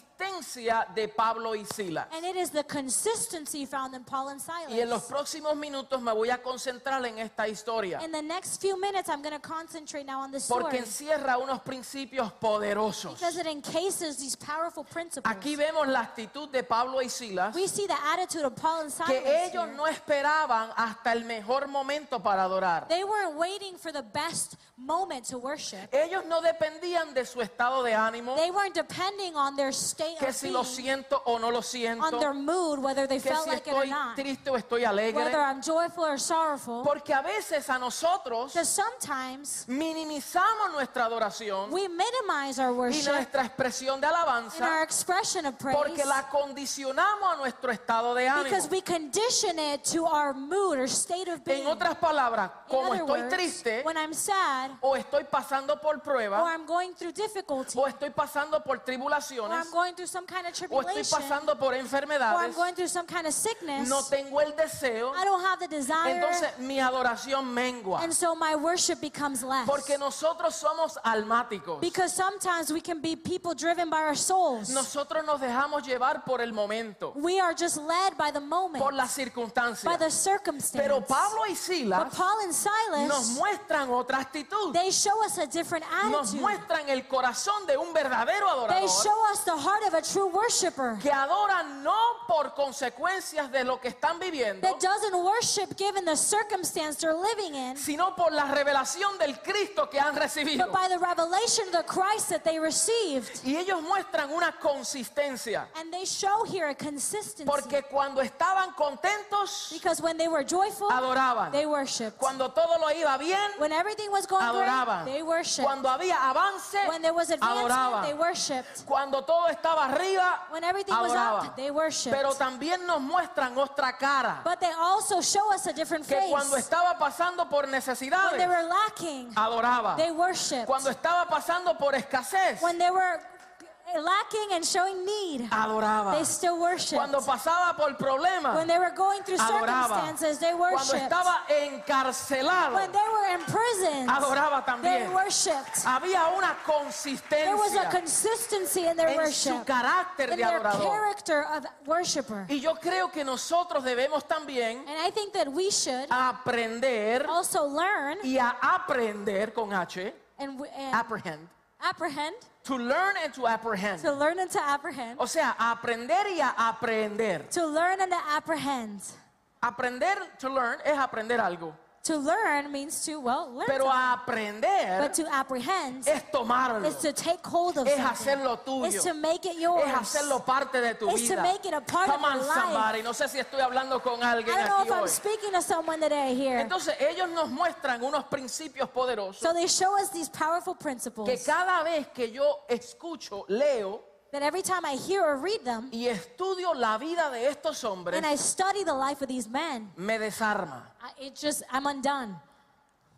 Speaker 1: consistencia de Pablo y Silas.
Speaker 2: And it is the consistency found in Paul and
Speaker 1: Y en los
Speaker 2: Silas.
Speaker 1: próximos minutos me voy a concentrar en esta historia
Speaker 2: In the next few minutes, I'm going to concentrate now on this
Speaker 1: porque
Speaker 2: story
Speaker 1: encierra unos principios poderosos.
Speaker 2: because it encases these powerful principles.
Speaker 1: Aquí vemos la actitud de Pablo y Silas
Speaker 2: We see the attitude of Paul and Silas.
Speaker 1: que ellos
Speaker 2: here.
Speaker 1: no esperaban hasta el mejor momento para adorar.
Speaker 2: They weren't waiting for the best moment to worship.
Speaker 1: Ellos no dependían de su estado de ánimo,
Speaker 2: They weren't depending on their state
Speaker 1: que
Speaker 2: of
Speaker 1: si lo
Speaker 2: being,
Speaker 1: siento o no lo
Speaker 2: on their
Speaker 1: siento,
Speaker 2: mood, whether they
Speaker 1: que
Speaker 2: felt
Speaker 1: si
Speaker 2: like it or
Speaker 1: estoy
Speaker 2: not,
Speaker 1: triste o estoy alegre.
Speaker 2: whether I'm joyful or sorrowful.
Speaker 1: Porque a veces a nosotros
Speaker 2: Because sometimes
Speaker 1: minimizamos nuestra adoración
Speaker 2: we minimize our
Speaker 1: y
Speaker 2: worship
Speaker 1: nuestra expresión de
Speaker 2: and our
Speaker 1: alabanza
Speaker 2: expression of praise
Speaker 1: porque la condicionamos a nuestro estado de ánimo.
Speaker 2: because we condition it to our mood or state of being.
Speaker 1: En otras palabras,
Speaker 2: In
Speaker 1: como
Speaker 2: other
Speaker 1: estoy
Speaker 2: words,
Speaker 1: triste
Speaker 2: when I'm sad
Speaker 1: o estoy pasando por
Speaker 2: or
Speaker 1: pruebas
Speaker 2: I'm going through difficulty
Speaker 1: o estoy pasando por
Speaker 2: or I'm
Speaker 1: tribulaciones
Speaker 2: going through some kind of
Speaker 1: o estoy
Speaker 2: tribulation
Speaker 1: pasando por
Speaker 2: or I'm
Speaker 1: enfermedades,
Speaker 2: going through some kind of sickness,
Speaker 1: no tengo el deseo
Speaker 2: I don't have the desire
Speaker 1: Entonces mi adoración mengua.
Speaker 2: and so my worship becomes less.
Speaker 1: Porque nosotros somos almáticos.
Speaker 2: because sometimes we can be people driven by our souls.
Speaker 1: Nosotros nos dejamos llevar por el momento,
Speaker 2: we are just led by the moment,
Speaker 1: por las
Speaker 2: by
Speaker 1: circunstancias.
Speaker 2: the circumstance.
Speaker 1: Pero Pablo y
Speaker 2: but
Speaker 1: Silas
Speaker 2: Paul and
Speaker 1: nos
Speaker 2: Silas,
Speaker 1: muestran otra actitud.
Speaker 2: they show us a different
Speaker 1: Nos
Speaker 2: attitude.
Speaker 1: muestran el corazón de un verdadero
Speaker 2: They
Speaker 1: adorador
Speaker 2: show us the heart of a true worshiper
Speaker 1: que adora no por consecuencias de lo que están viviendo,
Speaker 2: that doesn't worship given the circumstance they're living in,
Speaker 1: sino por la revelación del Cristo que han recibido.
Speaker 2: but by the revelation of the Christ that they received.
Speaker 1: Y ellos muestran una consistencia,
Speaker 2: And they show here a consistency
Speaker 1: porque cuando estaban contentos,
Speaker 2: because when they were joyful,
Speaker 1: adoraban.
Speaker 2: they worshiped.
Speaker 1: Cuando todo lo iba bien,
Speaker 2: When everything was going
Speaker 1: adoraban.
Speaker 2: great, they worshiped.
Speaker 1: Cuando había avance,
Speaker 2: When there was advancement, they
Speaker 1: adoraban.
Speaker 2: worshiped.
Speaker 1: Cuando todo estaba arriba,
Speaker 2: When everything was
Speaker 1: adoraban.
Speaker 2: up, they worshiped.
Speaker 1: Pero también nos muestran otra cara,
Speaker 2: But they also show us a different
Speaker 1: que cuando
Speaker 2: face.
Speaker 1: estaba pasando por
Speaker 2: When they
Speaker 1: necesidades,
Speaker 2: were lacking,
Speaker 1: adoraba.
Speaker 2: they worshiped.
Speaker 1: Cuando estaba pasando por escasez,
Speaker 2: When they were lacking and showing need,
Speaker 1: adoraba.
Speaker 2: they still worshiped.
Speaker 1: Cuando pasaba por
Speaker 2: When
Speaker 1: problemas,
Speaker 2: they were going through
Speaker 1: adoraba.
Speaker 2: circumstances, they
Speaker 1: Cuando
Speaker 2: worshiped.
Speaker 1: estaba encarcelado,
Speaker 2: When they were in prison,
Speaker 1: adoraba
Speaker 2: they
Speaker 1: también.
Speaker 2: worshipped.
Speaker 1: Había una
Speaker 2: There was a
Speaker 1: consistencia.
Speaker 2: consistency in their
Speaker 1: en su
Speaker 2: worship,
Speaker 1: carácter de
Speaker 2: in their
Speaker 1: adorador.
Speaker 2: character of worshiper.
Speaker 1: Y yo creo que nosotros debemos también
Speaker 2: And I think that we should
Speaker 1: Ah. aprender
Speaker 2: also learn
Speaker 1: y a aprender con H,
Speaker 2: and, w- and
Speaker 1: apprehend,
Speaker 2: apprehend,
Speaker 1: to learn and to apprehend.
Speaker 2: to learn and to apprehend,
Speaker 1: O sea, aprender y a aprender.
Speaker 2: to learn and to apprehend.
Speaker 1: Aprender, to learn, es aprender algo.
Speaker 2: To learn means to, well, learn.
Speaker 1: Pero
Speaker 2: something.
Speaker 1: a aprender
Speaker 2: But to apprehend
Speaker 1: es tomarlo,
Speaker 2: is to take hold of
Speaker 1: Es
Speaker 2: something.
Speaker 1: hacerlo tuyo.
Speaker 2: Is to make it
Speaker 1: es
Speaker 2: yours.
Speaker 1: hacerlo parte de tu
Speaker 2: It's to
Speaker 1: vida.
Speaker 2: make it a part of
Speaker 1: Come on,
Speaker 2: your life.
Speaker 1: somebody. No sé si estoy hablando con
Speaker 2: I
Speaker 1: alguien
Speaker 2: don't know
Speaker 1: aquí
Speaker 2: if I'm
Speaker 1: hoy.
Speaker 2: speaking to someone today here.
Speaker 1: Entonces, ellos nos muestran unos principios poderosos.
Speaker 2: So they show us these powerful
Speaker 1: que
Speaker 2: principles
Speaker 1: cada vez que yo escucho, leo
Speaker 2: that every time I hear or read them
Speaker 1: y estudio la vida de estos hombres,
Speaker 2: and I study the life of these men,
Speaker 1: me desarma.
Speaker 2: I, it just, I'm undone.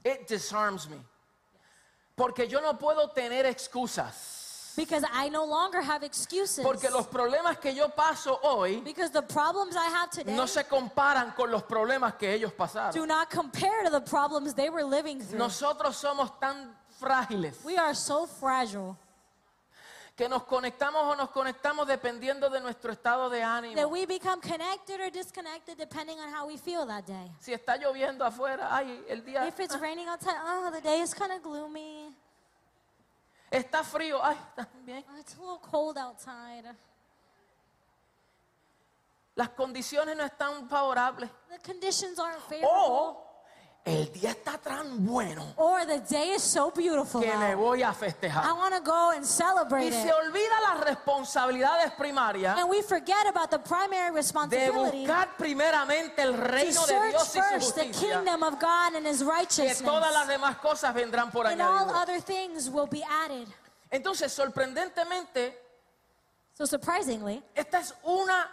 Speaker 1: It disarms me. Porque yo no puedo tener excusas.
Speaker 2: Because I no longer have excuses.
Speaker 1: Porque los problemas que yo paso hoy
Speaker 2: Because the problems I have today
Speaker 1: no se comparan con los problemas que ellos pasaron.
Speaker 2: do not compare to the problems they were living through.
Speaker 1: Nosotros somos tan frágiles
Speaker 2: We are so fragile
Speaker 1: que nos conectamos o nos conectamos dependiendo de nuestro estado de
Speaker 2: that
Speaker 1: ánimo.
Speaker 2: we become connected or disconnected depending on how we feel that day.
Speaker 1: Si está lloviendo afuera, ay, el día
Speaker 2: If it's raining outside, oh, the day is kind of gloomy.
Speaker 1: está frío, ay, también.
Speaker 2: Oh, It's a little cold outside.
Speaker 1: Las condiciones no están favorables.
Speaker 2: The conditions aren't
Speaker 1: Oh.
Speaker 2: favorable.
Speaker 1: O el día está tan bueno
Speaker 2: Or the day is so beautiful.
Speaker 1: que me
Speaker 2: out.
Speaker 1: voy a
Speaker 2: I
Speaker 1: festejar.
Speaker 2: want to go and celebrate
Speaker 1: Y se
Speaker 2: it.
Speaker 1: olvida las responsabilidades primarias
Speaker 2: And we forget about the primary
Speaker 1: de
Speaker 2: responsibility
Speaker 1: buscar primeramente el
Speaker 2: to
Speaker 1: reino de
Speaker 2: search
Speaker 1: Dios y su
Speaker 2: first the
Speaker 1: justicia.
Speaker 2: kingdom of God and his
Speaker 1: Que
Speaker 2: righteousness.
Speaker 1: todas las demás cosas vendrán por
Speaker 2: And all
Speaker 1: añadidura.
Speaker 2: other things will be added.
Speaker 1: Entonces, sorprendentemente,
Speaker 2: So surprisingly,
Speaker 1: Esta es una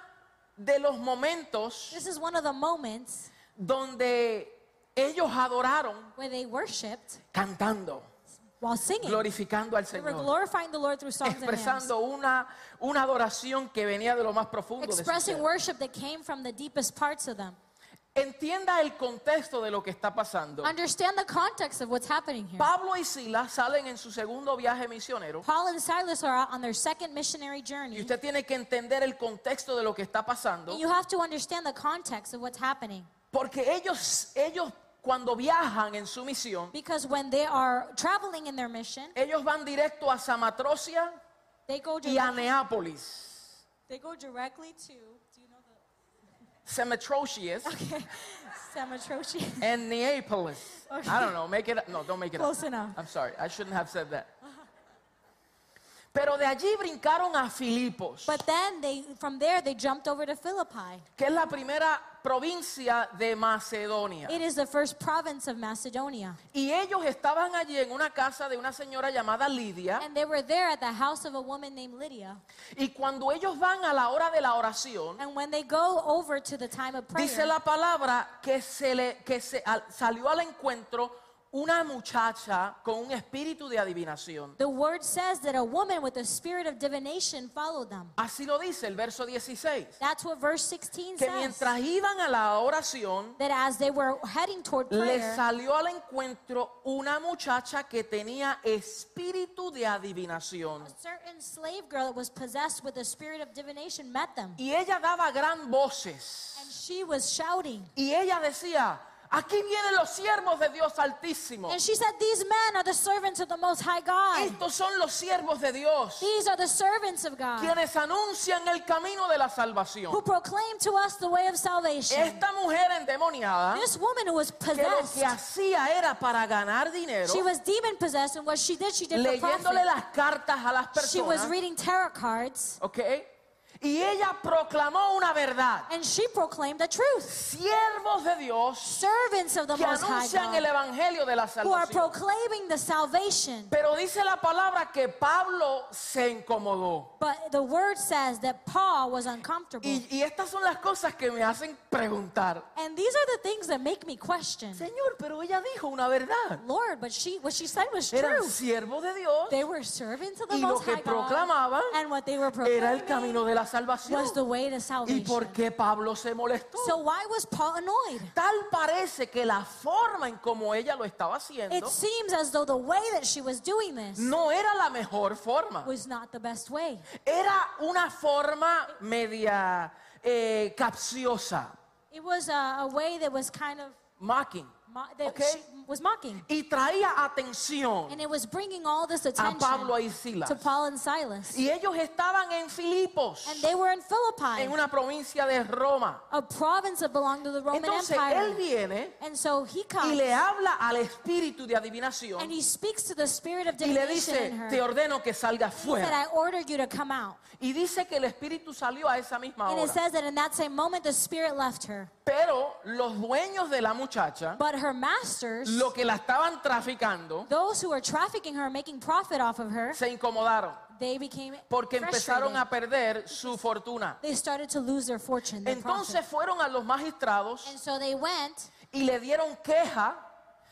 Speaker 1: de los momentos
Speaker 2: this is one of the moments
Speaker 1: donde ellos adoraron
Speaker 2: where they worshipped
Speaker 1: cantando,
Speaker 2: while singing.
Speaker 1: glorificando al
Speaker 2: They were
Speaker 1: Señor,
Speaker 2: glorifying the Lord through songs and hymns,
Speaker 1: expresando una, una adoración que venía de lo más profundo de su
Speaker 2: expressing
Speaker 1: ser.
Speaker 2: worship that came from the deepest parts of them.
Speaker 1: Entienda el contexto de lo que está pasando.
Speaker 2: Understand the context of what's happening here.
Speaker 1: Pablo y Silas salen en su segundo viaje misionero
Speaker 2: Paul and Silas are out on their second missionary
Speaker 1: y
Speaker 2: journey.
Speaker 1: usted tiene que entender el contexto de lo que está pasando
Speaker 2: And you have to understand the context of what's happening.
Speaker 1: porque ellos, ellos cuando viajan en su misión,
Speaker 2: Because when they are traveling in their mission,
Speaker 1: ellos van directo a Samatrocia
Speaker 2: they go
Speaker 1: y a
Speaker 2: directly,
Speaker 1: Neápolis.
Speaker 2: they go directly to do you know
Speaker 1: Semitrocious
Speaker 2: the okay, Samothrace.
Speaker 1: and Neapolis.
Speaker 2: Okay.
Speaker 1: I don't know, make it up. No, don't make it
Speaker 2: Close
Speaker 1: up.
Speaker 2: enough.
Speaker 1: I'm sorry, I shouldn't have said that. Pero de allí brincaron a Filipos,
Speaker 2: But then they from there they jumped over to Philippi.
Speaker 1: que es la primera provincia de Macedonia.
Speaker 2: It is the first province of Macedonia.
Speaker 1: Y ellos estaban allí en una casa de una señora llamada Lidia.
Speaker 2: And they were there at the house of a woman named Lydia.
Speaker 1: Y cuando ellos van a la hora de la oración,
Speaker 2: And when they go over to the time of prayer,
Speaker 1: dice la palabra que, se le, que se, al- salió al encuentro una muchacha con un espíritu de adivinación.
Speaker 2: the word says that a woman with a spirit of divination followed them.
Speaker 1: Así lo dice el verso 16.
Speaker 2: That's what verse 16
Speaker 1: que
Speaker 2: says.
Speaker 1: mientras iban a la oración,
Speaker 2: That as they were heading toward
Speaker 1: les
Speaker 2: prayer,
Speaker 1: salió al encuentro una muchacha que tenía espíritu de adivinación.
Speaker 2: a certain slave girl that was possessed with the spirit of divination met them.
Speaker 1: Y ella daba gran voces.
Speaker 2: And she was shouting.
Speaker 1: Y ella decía, aquí vienen los siervos de Dios Altísimo.
Speaker 2: And she said, These men are the servants of the Most High God.
Speaker 1: Estos son los siervos de Dios,
Speaker 2: These are the servants of God
Speaker 1: quienes anuncian el camino de la
Speaker 2: who
Speaker 1: salvación.
Speaker 2: proclaim to us the way of salvation.
Speaker 1: Esta mujer endemoniada,
Speaker 2: This woman who was
Speaker 1: que lo
Speaker 2: possessed,
Speaker 1: que hacía era para ganar dinero,
Speaker 2: she was demon possessed, and what she did, she did for
Speaker 1: leyéndole
Speaker 2: profit.
Speaker 1: las cartas a las
Speaker 2: She was
Speaker 1: personas.
Speaker 2: reading tarot cards,
Speaker 1: ¿Ok? Y ella proclamó una verdad.
Speaker 2: and she proclaimed the truth.
Speaker 1: Siervos de Dios
Speaker 2: Servants of the
Speaker 1: que
Speaker 2: Most High
Speaker 1: anuncian el
Speaker 2: God
Speaker 1: evangelio de la
Speaker 2: who are
Speaker 1: salvación.
Speaker 2: proclaiming the salvation.
Speaker 1: Pero dice la palabra que Pablo se incomodó.
Speaker 2: But the word says that Paul was uncomfortable.
Speaker 1: Y, y estas son las cosas que me hacen preguntar.
Speaker 2: And these are the things that make me question.
Speaker 1: Señor, pero ella dijo una verdad.
Speaker 2: Lord, but she what she said was
Speaker 1: Eran
Speaker 2: true.
Speaker 1: siervos de Dios.
Speaker 2: They were servants of the
Speaker 1: Y lo
Speaker 2: Most
Speaker 1: que
Speaker 2: High God.
Speaker 1: proclamaban
Speaker 2: And what they were
Speaker 1: Era el
Speaker 2: proclaiming
Speaker 1: camino de la salvación.
Speaker 2: was the way to
Speaker 1: ¿Y
Speaker 2: salvation.
Speaker 1: por qué Pablo se molestó?
Speaker 2: So why was Paul annoyed?
Speaker 1: Tal parece que la forma en como ella lo estaba
Speaker 2: It
Speaker 1: haciendo
Speaker 2: seems as though the way that she was doing this
Speaker 1: no era la mejor forma.
Speaker 2: was not the best way.
Speaker 1: Era una forma media eh, capciosa,
Speaker 2: It was a, a way that was kind of
Speaker 1: mocking,
Speaker 2: mo- that
Speaker 1: Okay.
Speaker 2: she was mocking,
Speaker 1: y traía atención
Speaker 2: and it was bringing all this
Speaker 1: a
Speaker 2: attention
Speaker 1: Pablo y Silas.
Speaker 2: to Paul and Silas,
Speaker 1: Y ellos estaban en Filipos,
Speaker 2: and they were in Philippi,
Speaker 1: en una provincia de Roma.
Speaker 2: a province that belonged to the Roman
Speaker 1: Entonces
Speaker 2: Empire.
Speaker 1: él viene
Speaker 2: and so he
Speaker 1: y
Speaker 2: comes
Speaker 1: le habla al espíritu de
Speaker 2: and
Speaker 1: adivinación
Speaker 2: he speaks to the spirit of
Speaker 1: y le
Speaker 2: divination in
Speaker 1: dice,
Speaker 2: her.
Speaker 1: te ordeno que salgas
Speaker 2: he said,
Speaker 1: fuera.
Speaker 2: "I ordered you to come out."
Speaker 1: Y dice que el espíritu salió a esa misma
Speaker 2: And it
Speaker 1: hora.
Speaker 2: says that in that same moment, the spirit left her,
Speaker 1: Pero los dueños de la muchacha,
Speaker 2: but her masters.
Speaker 1: lo que la estaban traficando,
Speaker 2: Those who were trafficking her, making profit off of her,
Speaker 1: se incomodaron.
Speaker 2: they became
Speaker 1: porque empezaron
Speaker 2: frustrated.
Speaker 1: a perder su fortuna.
Speaker 2: They started to lose their fortune, their profit.
Speaker 1: Entonces fueron a los magistrados
Speaker 2: And so they went
Speaker 1: y le dieron queja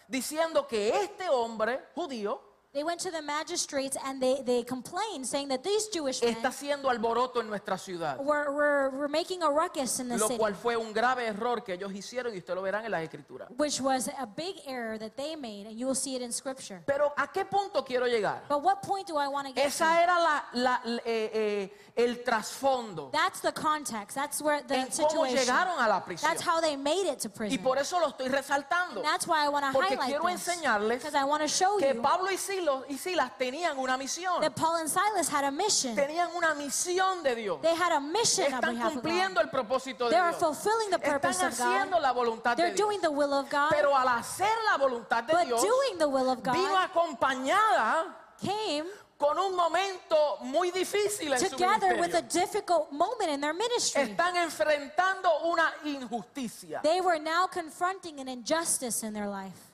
Speaker 1: diciendo que este hombre judío
Speaker 2: They went to the magistrates and they, they complained, saying that these Jewish men
Speaker 1: Está haciendo alboroto en nuestra ciudad.
Speaker 2: were, were, were making a ruckus in the
Speaker 1: Lo
Speaker 2: city,
Speaker 1: cual fue un grave error que ellos hicieron y ustedes lo verán en las escrituras.
Speaker 2: which was a big error that they made, and you will see it in Scripture.
Speaker 1: Pero ¿a qué punto quiero llegar?
Speaker 2: But what point do I want to get to?
Speaker 1: Esa era la, la- l- eh, eh, el trasfondo
Speaker 2: That's the context. That's where the
Speaker 1: en cómo
Speaker 2: situation.
Speaker 1: llegaron a la prisión.
Speaker 2: That's how they made it to
Speaker 1: Y
Speaker 2: prison.
Speaker 1: por eso lo estoy resaltando.
Speaker 2: And that's why I want to
Speaker 1: Porque
Speaker 2: highlight
Speaker 1: quiero
Speaker 2: this.
Speaker 1: enseñarles
Speaker 2: Because I want to show
Speaker 1: Que
Speaker 2: you
Speaker 1: Pablo y Silas, y Silas tenían una misión.
Speaker 2: that Paul and Silas had a mission.
Speaker 1: Tenían una misión de Dios.
Speaker 2: They had a mission on
Speaker 1: Están
Speaker 2: behalf of God.
Speaker 1: cumpliendo el propósito
Speaker 2: They
Speaker 1: de
Speaker 2: are
Speaker 1: Dios.
Speaker 2: fulfilling the
Speaker 1: Están
Speaker 2: purpose of
Speaker 1: haciendo
Speaker 2: God.
Speaker 1: la voluntad de
Speaker 2: They're
Speaker 1: Dios.
Speaker 2: doing the will of God.
Speaker 1: Pero al hacer la voluntad de
Speaker 2: But
Speaker 1: Dios,
Speaker 2: doing the will of
Speaker 1: vino
Speaker 2: God
Speaker 1: acompañada
Speaker 2: came
Speaker 1: con un momento muy difícil en su
Speaker 2: together with a
Speaker 1: ministerio.
Speaker 2: difficult moment in their ministry.
Speaker 1: Están enfrentando una injusticia.
Speaker 2: They were now confronting an injustice in their life.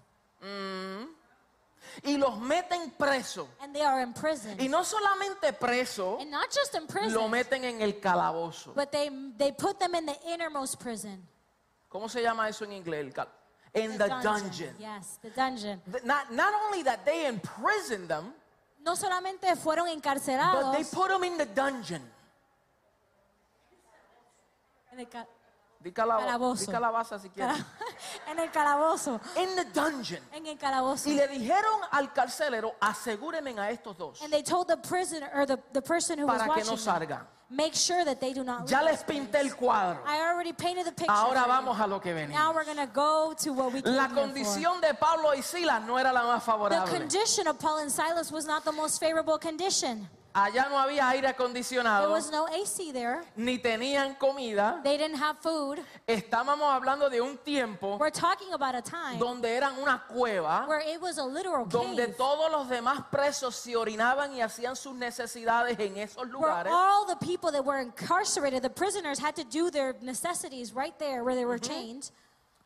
Speaker 1: Y los meten preso.
Speaker 2: And they are in prison.
Speaker 1: Y no solamente preso,
Speaker 2: And not just in
Speaker 1: lo
Speaker 2: prison,
Speaker 1: meten en el calabozo.
Speaker 2: but they, they put them in the innermost prison.
Speaker 1: ¿Cómo se llama eso en inglés? El cal- In the dungeon.
Speaker 2: Yes, the dungeon.
Speaker 1: Th- Not, not only that they imprisoned them,
Speaker 2: No solamente fueron
Speaker 1: but they
Speaker 2: encarcelados.
Speaker 1: put them in the dungeon.
Speaker 2: En el, ca-
Speaker 1: Di calab-
Speaker 2: Calabozo.
Speaker 1: di calabaza si quieres.
Speaker 2: en el calabozo.
Speaker 1: In the dungeon.
Speaker 2: En el calabozo.
Speaker 1: Y le dijeron al carcelero, asegúrenme a estos dos
Speaker 2: And they told the prisoner or the, the person who was
Speaker 1: para que
Speaker 2: watching
Speaker 1: no
Speaker 2: them,
Speaker 1: salgan.
Speaker 2: make sure that they do not
Speaker 1: Ya
Speaker 2: leave
Speaker 1: les
Speaker 2: this
Speaker 1: pinté el
Speaker 2: place."
Speaker 1: cuadro.
Speaker 2: I already painted the picture.
Speaker 1: Ahora
Speaker 2: for you.
Speaker 1: vamos a lo que
Speaker 2: Now
Speaker 1: venimos.
Speaker 2: we're going to go to what we came
Speaker 1: La
Speaker 2: here for.
Speaker 1: condición de Pablo y Silas no era la más
Speaker 2: The
Speaker 1: favorable.
Speaker 2: condition of Paul and Silas was not the most favorable condition.
Speaker 1: Allá no había aire
Speaker 2: There
Speaker 1: acondicionado,
Speaker 2: was no AC there.
Speaker 1: ni tenían comida.
Speaker 2: They didn't have food.
Speaker 1: Estábamos hablando de un tiempo
Speaker 2: We're talking about a time
Speaker 1: donde eran una cueva.
Speaker 2: where it was a literal
Speaker 1: donde
Speaker 2: cave.
Speaker 1: todos los demás presos se orinaban y hacían sus necesidades en esos
Speaker 2: Where
Speaker 1: lugares.
Speaker 2: all the people that were incarcerated, the prisoners, had to do their necessities right there where they were chained,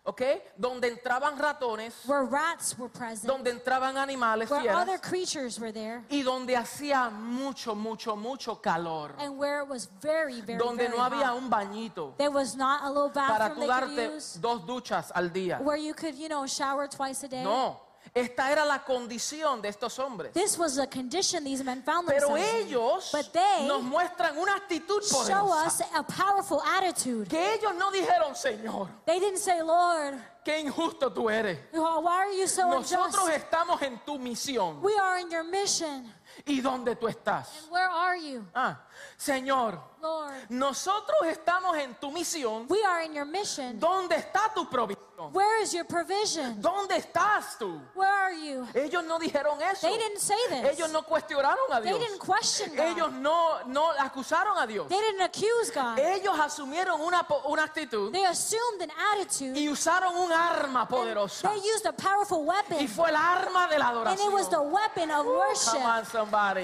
Speaker 1: ¿Ok? Donde entraban ratones,
Speaker 2: where rats were present,
Speaker 1: donde entraban animales
Speaker 2: where
Speaker 1: fieras,
Speaker 2: other creatures were there,
Speaker 1: y donde hacía mucho, mucho, mucho calor.
Speaker 2: and where it was very, very,
Speaker 1: Donde
Speaker 2: very
Speaker 1: no había
Speaker 2: hot.
Speaker 1: un bañito
Speaker 2: There was not a little
Speaker 1: para tú
Speaker 2: bathroom they could
Speaker 1: darte
Speaker 2: use
Speaker 1: dos duchas al día.
Speaker 2: where you could, you know, shower twice a day.
Speaker 1: No, esta era la condición de estos hombres.
Speaker 2: This was the condition these men found
Speaker 1: Pero
Speaker 2: themselves in.
Speaker 1: ellos
Speaker 2: But pues, they
Speaker 1: nos muestran una actitud
Speaker 2: show us
Speaker 1: poderosa.
Speaker 2: a powerful attitude.
Speaker 1: Que ellos no dijeron, Señor,
Speaker 2: They didn't say, Lord,
Speaker 1: qué injusto tú eres.
Speaker 2: oh, why are you so
Speaker 1: Nosotros
Speaker 2: unjust?
Speaker 1: estamos en tu misión.
Speaker 2: We are in your mission.
Speaker 1: ¿Y dónde tú estás?
Speaker 2: And where are you,
Speaker 1: Ah, Señor,
Speaker 2: Lord?
Speaker 1: nosotros estamos en tu misión.
Speaker 2: We are in your mission.
Speaker 1: ¿Dónde está tu provisión?
Speaker 2: Where is your provision?
Speaker 1: ¿Dónde estás tú?
Speaker 2: Where are you?
Speaker 1: Ellos no dijeron eso.
Speaker 2: They didn't say this.
Speaker 1: Ellos no cuestionaron a
Speaker 2: They
Speaker 1: Dios.
Speaker 2: didn't question
Speaker 1: Ellos
Speaker 2: God.
Speaker 1: no, no acusaron a Dios.
Speaker 2: They didn't accuse God.
Speaker 1: Ellos asumieron una, po- una actitud
Speaker 2: They assumed an attitude.
Speaker 1: y usaron un arma
Speaker 2: and
Speaker 1: poderosa.
Speaker 2: They used a powerful weapon.
Speaker 1: Y fue Uh, el arma de la
Speaker 2: And it was the
Speaker 1: adoración.
Speaker 2: weapon of
Speaker 1: Come
Speaker 2: worship.
Speaker 1: on, somebody.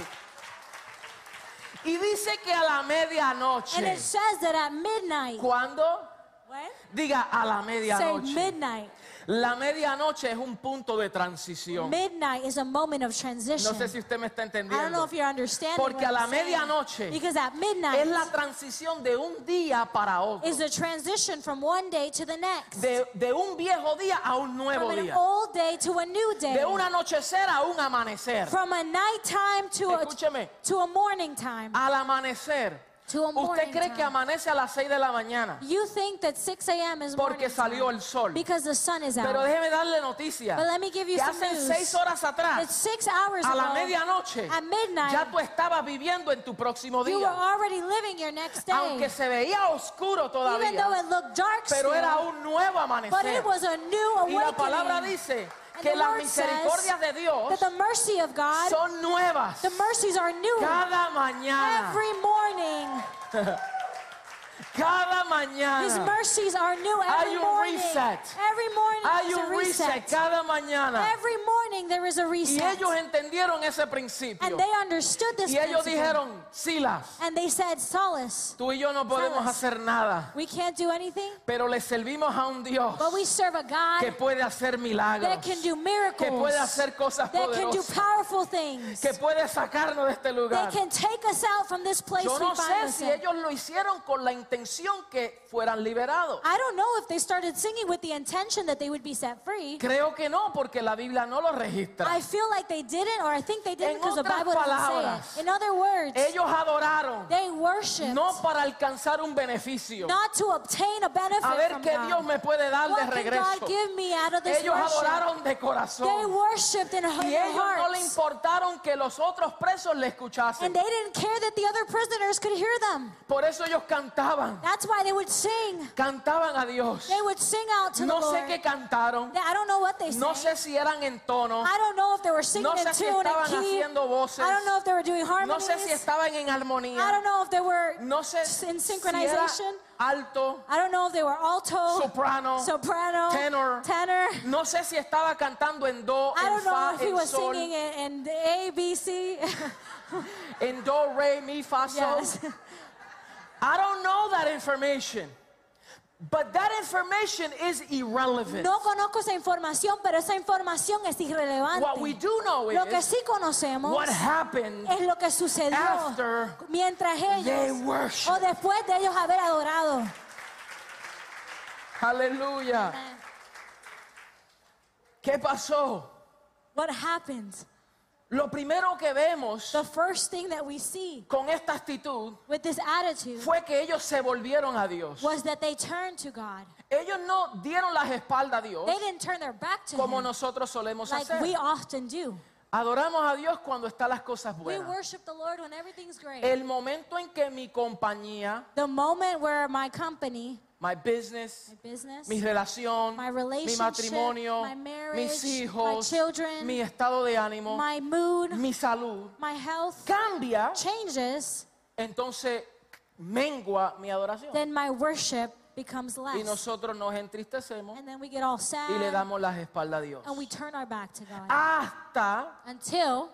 Speaker 1: Y dice que a la
Speaker 2: And
Speaker 1: medianoche.
Speaker 2: it says that at midnight,
Speaker 1: Cuando diga a la
Speaker 2: say
Speaker 1: medianoche.
Speaker 2: midnight.
Speaker 1: La medianoche es un punto de transición.
Speaker 2: Midnight is a moment of transition.
Speaker 1: No sé si usted me está
Speaker 2: I don't know
Speaker 1: entendiendo.
Speaker 2: if you're understanding.
Speaker 1: Porque
Speaker 2: what
Speaker 1: a la
Speaker 2: I'm saying.
Speaker 1: medianoche
Speaker 2: because at midnight
Speaker 1: Es la transición de un día para otro.
Speaker 2: is the transition from one day to the next,
Speaker 1: De, de un viejo día a un nuevo
Speaker 2: from an
Speaker 1: día.
Speaker 2: old day to a new day,
Speaker 1: De un anochecer a un amanecer.
Speaker 2: from a nighttime to a
Speaker 1: Escúcheme.
Speaker 2: to a morning time,
Speaker 1: Al amanecer.
Speaker 2: to a
Speaker 1: Usted
Speaker 2: morning
Speaker 1: cree que
Speaker 2: time.
Speaker 1: amanece a las 6 de la mañana
Speaker 2: You think that 6 a.m. is morning
Speaker 1: porque salió
Speaker 2: time
Speaker 1: el sol.
Speaker 2: because the sun is
Speaker 1: Pero
Speaker 2: out.
Speaker 1: déjeme darle noticia.
Speaker 2: But let me give you
Speaker 1: Que
Speaker 2: some
Speaker 1: hacen
Speaker 2: news.
Speaker 1: 6 horas
Speaker 2: It's
Speaker 1: atrás,
Speaker 2: six hours
Speaker 1: a la
Speaker 2: ago.
Speaker 1: medianoche,
Speaker 2: at midnight,
Speaker 1: ya tú estabas viviendo en tu próximo
Speaker 2: You were
Speaker 1: día.
Speaker 2: already living your next day,
Speaker 1: aunque se veía oscuro
Speaker 2: even though
Speaker 1: todavía,
Speaker 2: it looked dark
Speaker 1: pero
Speaker 2: still.
Speaker 1: era un nuevo
Speaker 2: But it
Speaker 1: amanecer.
Speaker 2: was a new
Speaker 1: Y la palabra
Speaker 2: awakening.
Speaker 1: dice
Speaker 2: And
Speaker 1: que
Speaker 2: the
Speaker 1: las
Speaker 2: Lord
Speaker 1: misericordias de
Speaker 2: That
Speaker 1: Dios
Speaker 2: the mercy of God,
Speaker 1: son nuevas
Speaker 2: the mercies are new
Speaker 1: cada mañana,
Speaker 2: every morning.
Speaker 1: cada
Speaker 2: His
Speaker 1: mañana.
Speaker 2: mercies are new
Speaker 1: Ah. Hay
Speaker 2: every
Speaker 1: un
Speaker 2: morning.
Speaker 1: reset.
Speaker 2: Every morning
Speaker 1: Hay
Speaker 2: there's a
Speaker 1: un reset
Speaker 2: reset.
Speaker 1: cada mañana.
Speaker 2: Every morning there is a
Speaker 1: Y
Speaker 2: reset.
Speaker 1: ellos entendieron ese
Speaker 2: And
Speaker 1: principio.
Speaker 2: they understood this
Speaker 1: Y ellos
Speaker 2: principle.
Speaker 1: dijeron, Silas,
Speaker 2: and they said, Solace,
Speaker 1: tú y yo no podemos
Speaker 2: Silas.
Speaker 1: hacer nada,
Speaker 2: we can't do anything,
Speaker 1: pero le servimos a un Dios
Speaker 2: but we serve a
Speaker 1: que
Speaker 2: God
Speaker 1: puede hacer milagros,
Speaker 2: that can do miracles,
Speaker 1: que puede hacer cosas
Speaker 2: that can do
Speaker 1: poderosas.
Speaker 2: powerful things.
Speaker 1: que puede sacarnos de este
Speaker 2: They
Speaker 1: lugar.
Speaker 2: can take us out from this place
Speaker 1: Yo no
Speaker 2: we find
Speaker 1: sé si
Speaker 2: ourselves in.
Speaker 1: ellos lo hicieron con la intención que fueran liberados.
Speaker 2: I don't know if they started singing with the intention that they would be set free.
Speaker 1: Creo que no, porque la Biblia no lo registra.
Speaker 2: I feel like they didn't, or I think they didn't
Speaker 1: En
Speaker 2: because the
Speaker 1: otras
Speaker 2: Bible doesn't
Speaker 1: palabras,
Speaker 2: say it. In other words,
Speaker 1: Ellos adoraron,
Speaker 2: they worshiped
Speaker 1: no para alcanzar un beneficio.
Speaker 2: not to obtain a benefit
Speaker 1: A ver
Speaker 2: from
Speaker 1: qué
Speaker 2: God.
Speaker 1: Dios me puede dar de
Speaker 2: what can God
Speaker 1: regreso.
Speaker 2: give me out of this
Speaker 1: Ellos
Speaker 2: worship?
Speaker 1: adoraron de
Speaker 2: They
Speaker 1: corazón.
Speaker 2: worshipped in her
Speaker 1: Y ellos no le
Speaker 2: hearts.
Speaker 1: importaron que los otros presos le escuchasen.
Speaker 2: and they didn't care that the other prisoners could hear them.
Speaker 1: Por eso ellos cantaban,
Speaker 2: That's why they would sing.
Speaker 1: cantaban a Dios.
Speaker 2: They would sing out to
Speaker 1: No
Speaker 2: the
Speaker 1: sé
Speaker 2: Lord.
Speaker 1: qué cantaron,
Speaker 2: I don't know what they
Speaker 1: no
Speaker 2: sang.
Speaker 1: sé si eran en tono,
Speaker 2: I don't know if they were singing
Speaker 1: No sé
Speaker 2: in
Speaker 1: si
Speaker 2: tune
Speaker 1: estaban
Speaker 2: and key.
Speaker 1: haciendo voces.
Speaker 2: I don't know if they were doing
Speaker 1: no
Speaker 2: harmonies.
Speaker 1: sé si estaban en
Speaker 2: I
Speaker 1: armonía,
Speaker 2: don't know if they were
Speaker 1: no sé
Speaker 2: s-
Speaker 1: si
Speaker 2: in
Speaker 1: era
Speaker 2: synchronization.
Speaker 1: alto,
Speaker 2: I don't know if they were alto,
Speaker 1: soprano,
Speaker 2: soprano,
Speaker 1: tenor. no sé si estaba cantando en do,
Speaker 2: I
Speaker 1: en
Speaker 2: don't know
Speaker 1: fa,
Speaker 2: if he
Speaker 1: en
Speaker 2: was
Speaker 1: sol,
Speaker 2: singing in, in A, B, C.
Speaker 1: en do, re, mi, fa, sol.
Speaker 2: yes.
Speaker 1: I don't know that information. But that information is irrelevant.
Speaker 2: No conozco esa información, pero esa información es irrelevante.
Speaker 1: What we do know
Speaker 2: Lo que
Speaker 1: is
Speaker 2: sí conocemos
Speaker 1: what happened
Speaker 2: es lo que sucedió
Speaker 1: after
Speaker 2: mientras
Speaker 1: they
Speaker 2: ellos Oh.
Speaker 1: worship.
Speaker 2: o después de ellos haber adorado.
Speaker 1: Aleluya. ¿Qué pasó?
Speaker 2: What happens?
Speaker 1: Lo primero que vemos
Speaker 2: The first thing that we see
Speaker 1: con esta actitud
Speaker 2: with this attitude
Speaker 1: fue que ellos se volvieron a Dios.
Speaker 2: was that they turned to God.
Speaker 1: Ellos no dieron las espaldas a Dios
Speaker 2: They didn't turn their back to
Speaker 1: como
Speaker 2: Him
Speaker 1: nosotros solemos
Speaker 2: like we
Speaker 1: hacer.
Speaker 2: often do.
Speaker 1: Adoramos a Dios cuando están las cosas
Speaker 2: We
Speaker 1: buenas.
Speaker 2: worship the Lord when everything's great.
Speaker 1: El momento en que mi compañía,
Speaker 2: the moment where my company,
Speaker 1: my business,
Speaker 2: my business,
Speaker 1: mi relación,
Speaker 2: My
Speaker 1: mi
Speaker 2: relationship,
Speaker 1: matrimonio,
Speaker 2: my marriage,
Speaker 1: mis
Speaker 2: my
Speaker 1: hijos,
Speaker 2: children,
Speaker 1: mi estado de ánimo,
Speaker 2: my mood,
Speaker 1: mi salud,
Speaker 2: my health
Speaker 1: cambia,
Speaker 2: changes,
Speaker 1: entonces mengua mi adoración.
Speaker 2: then my worship becomes
Speaker 1: Y
Speaker 2: less.
Speaker 1: nosotros nos entristecemos
Speaker 2: And then we get
Speaker 1: y
Speaker 2: all
Speaker 1: le
Speaker 2: sad
Speaker 1: damos Ah. las espaldas a Dios.
Speaker 2: and we turn our back to God.
Speaker 1: Hasta
Speaker 2: Until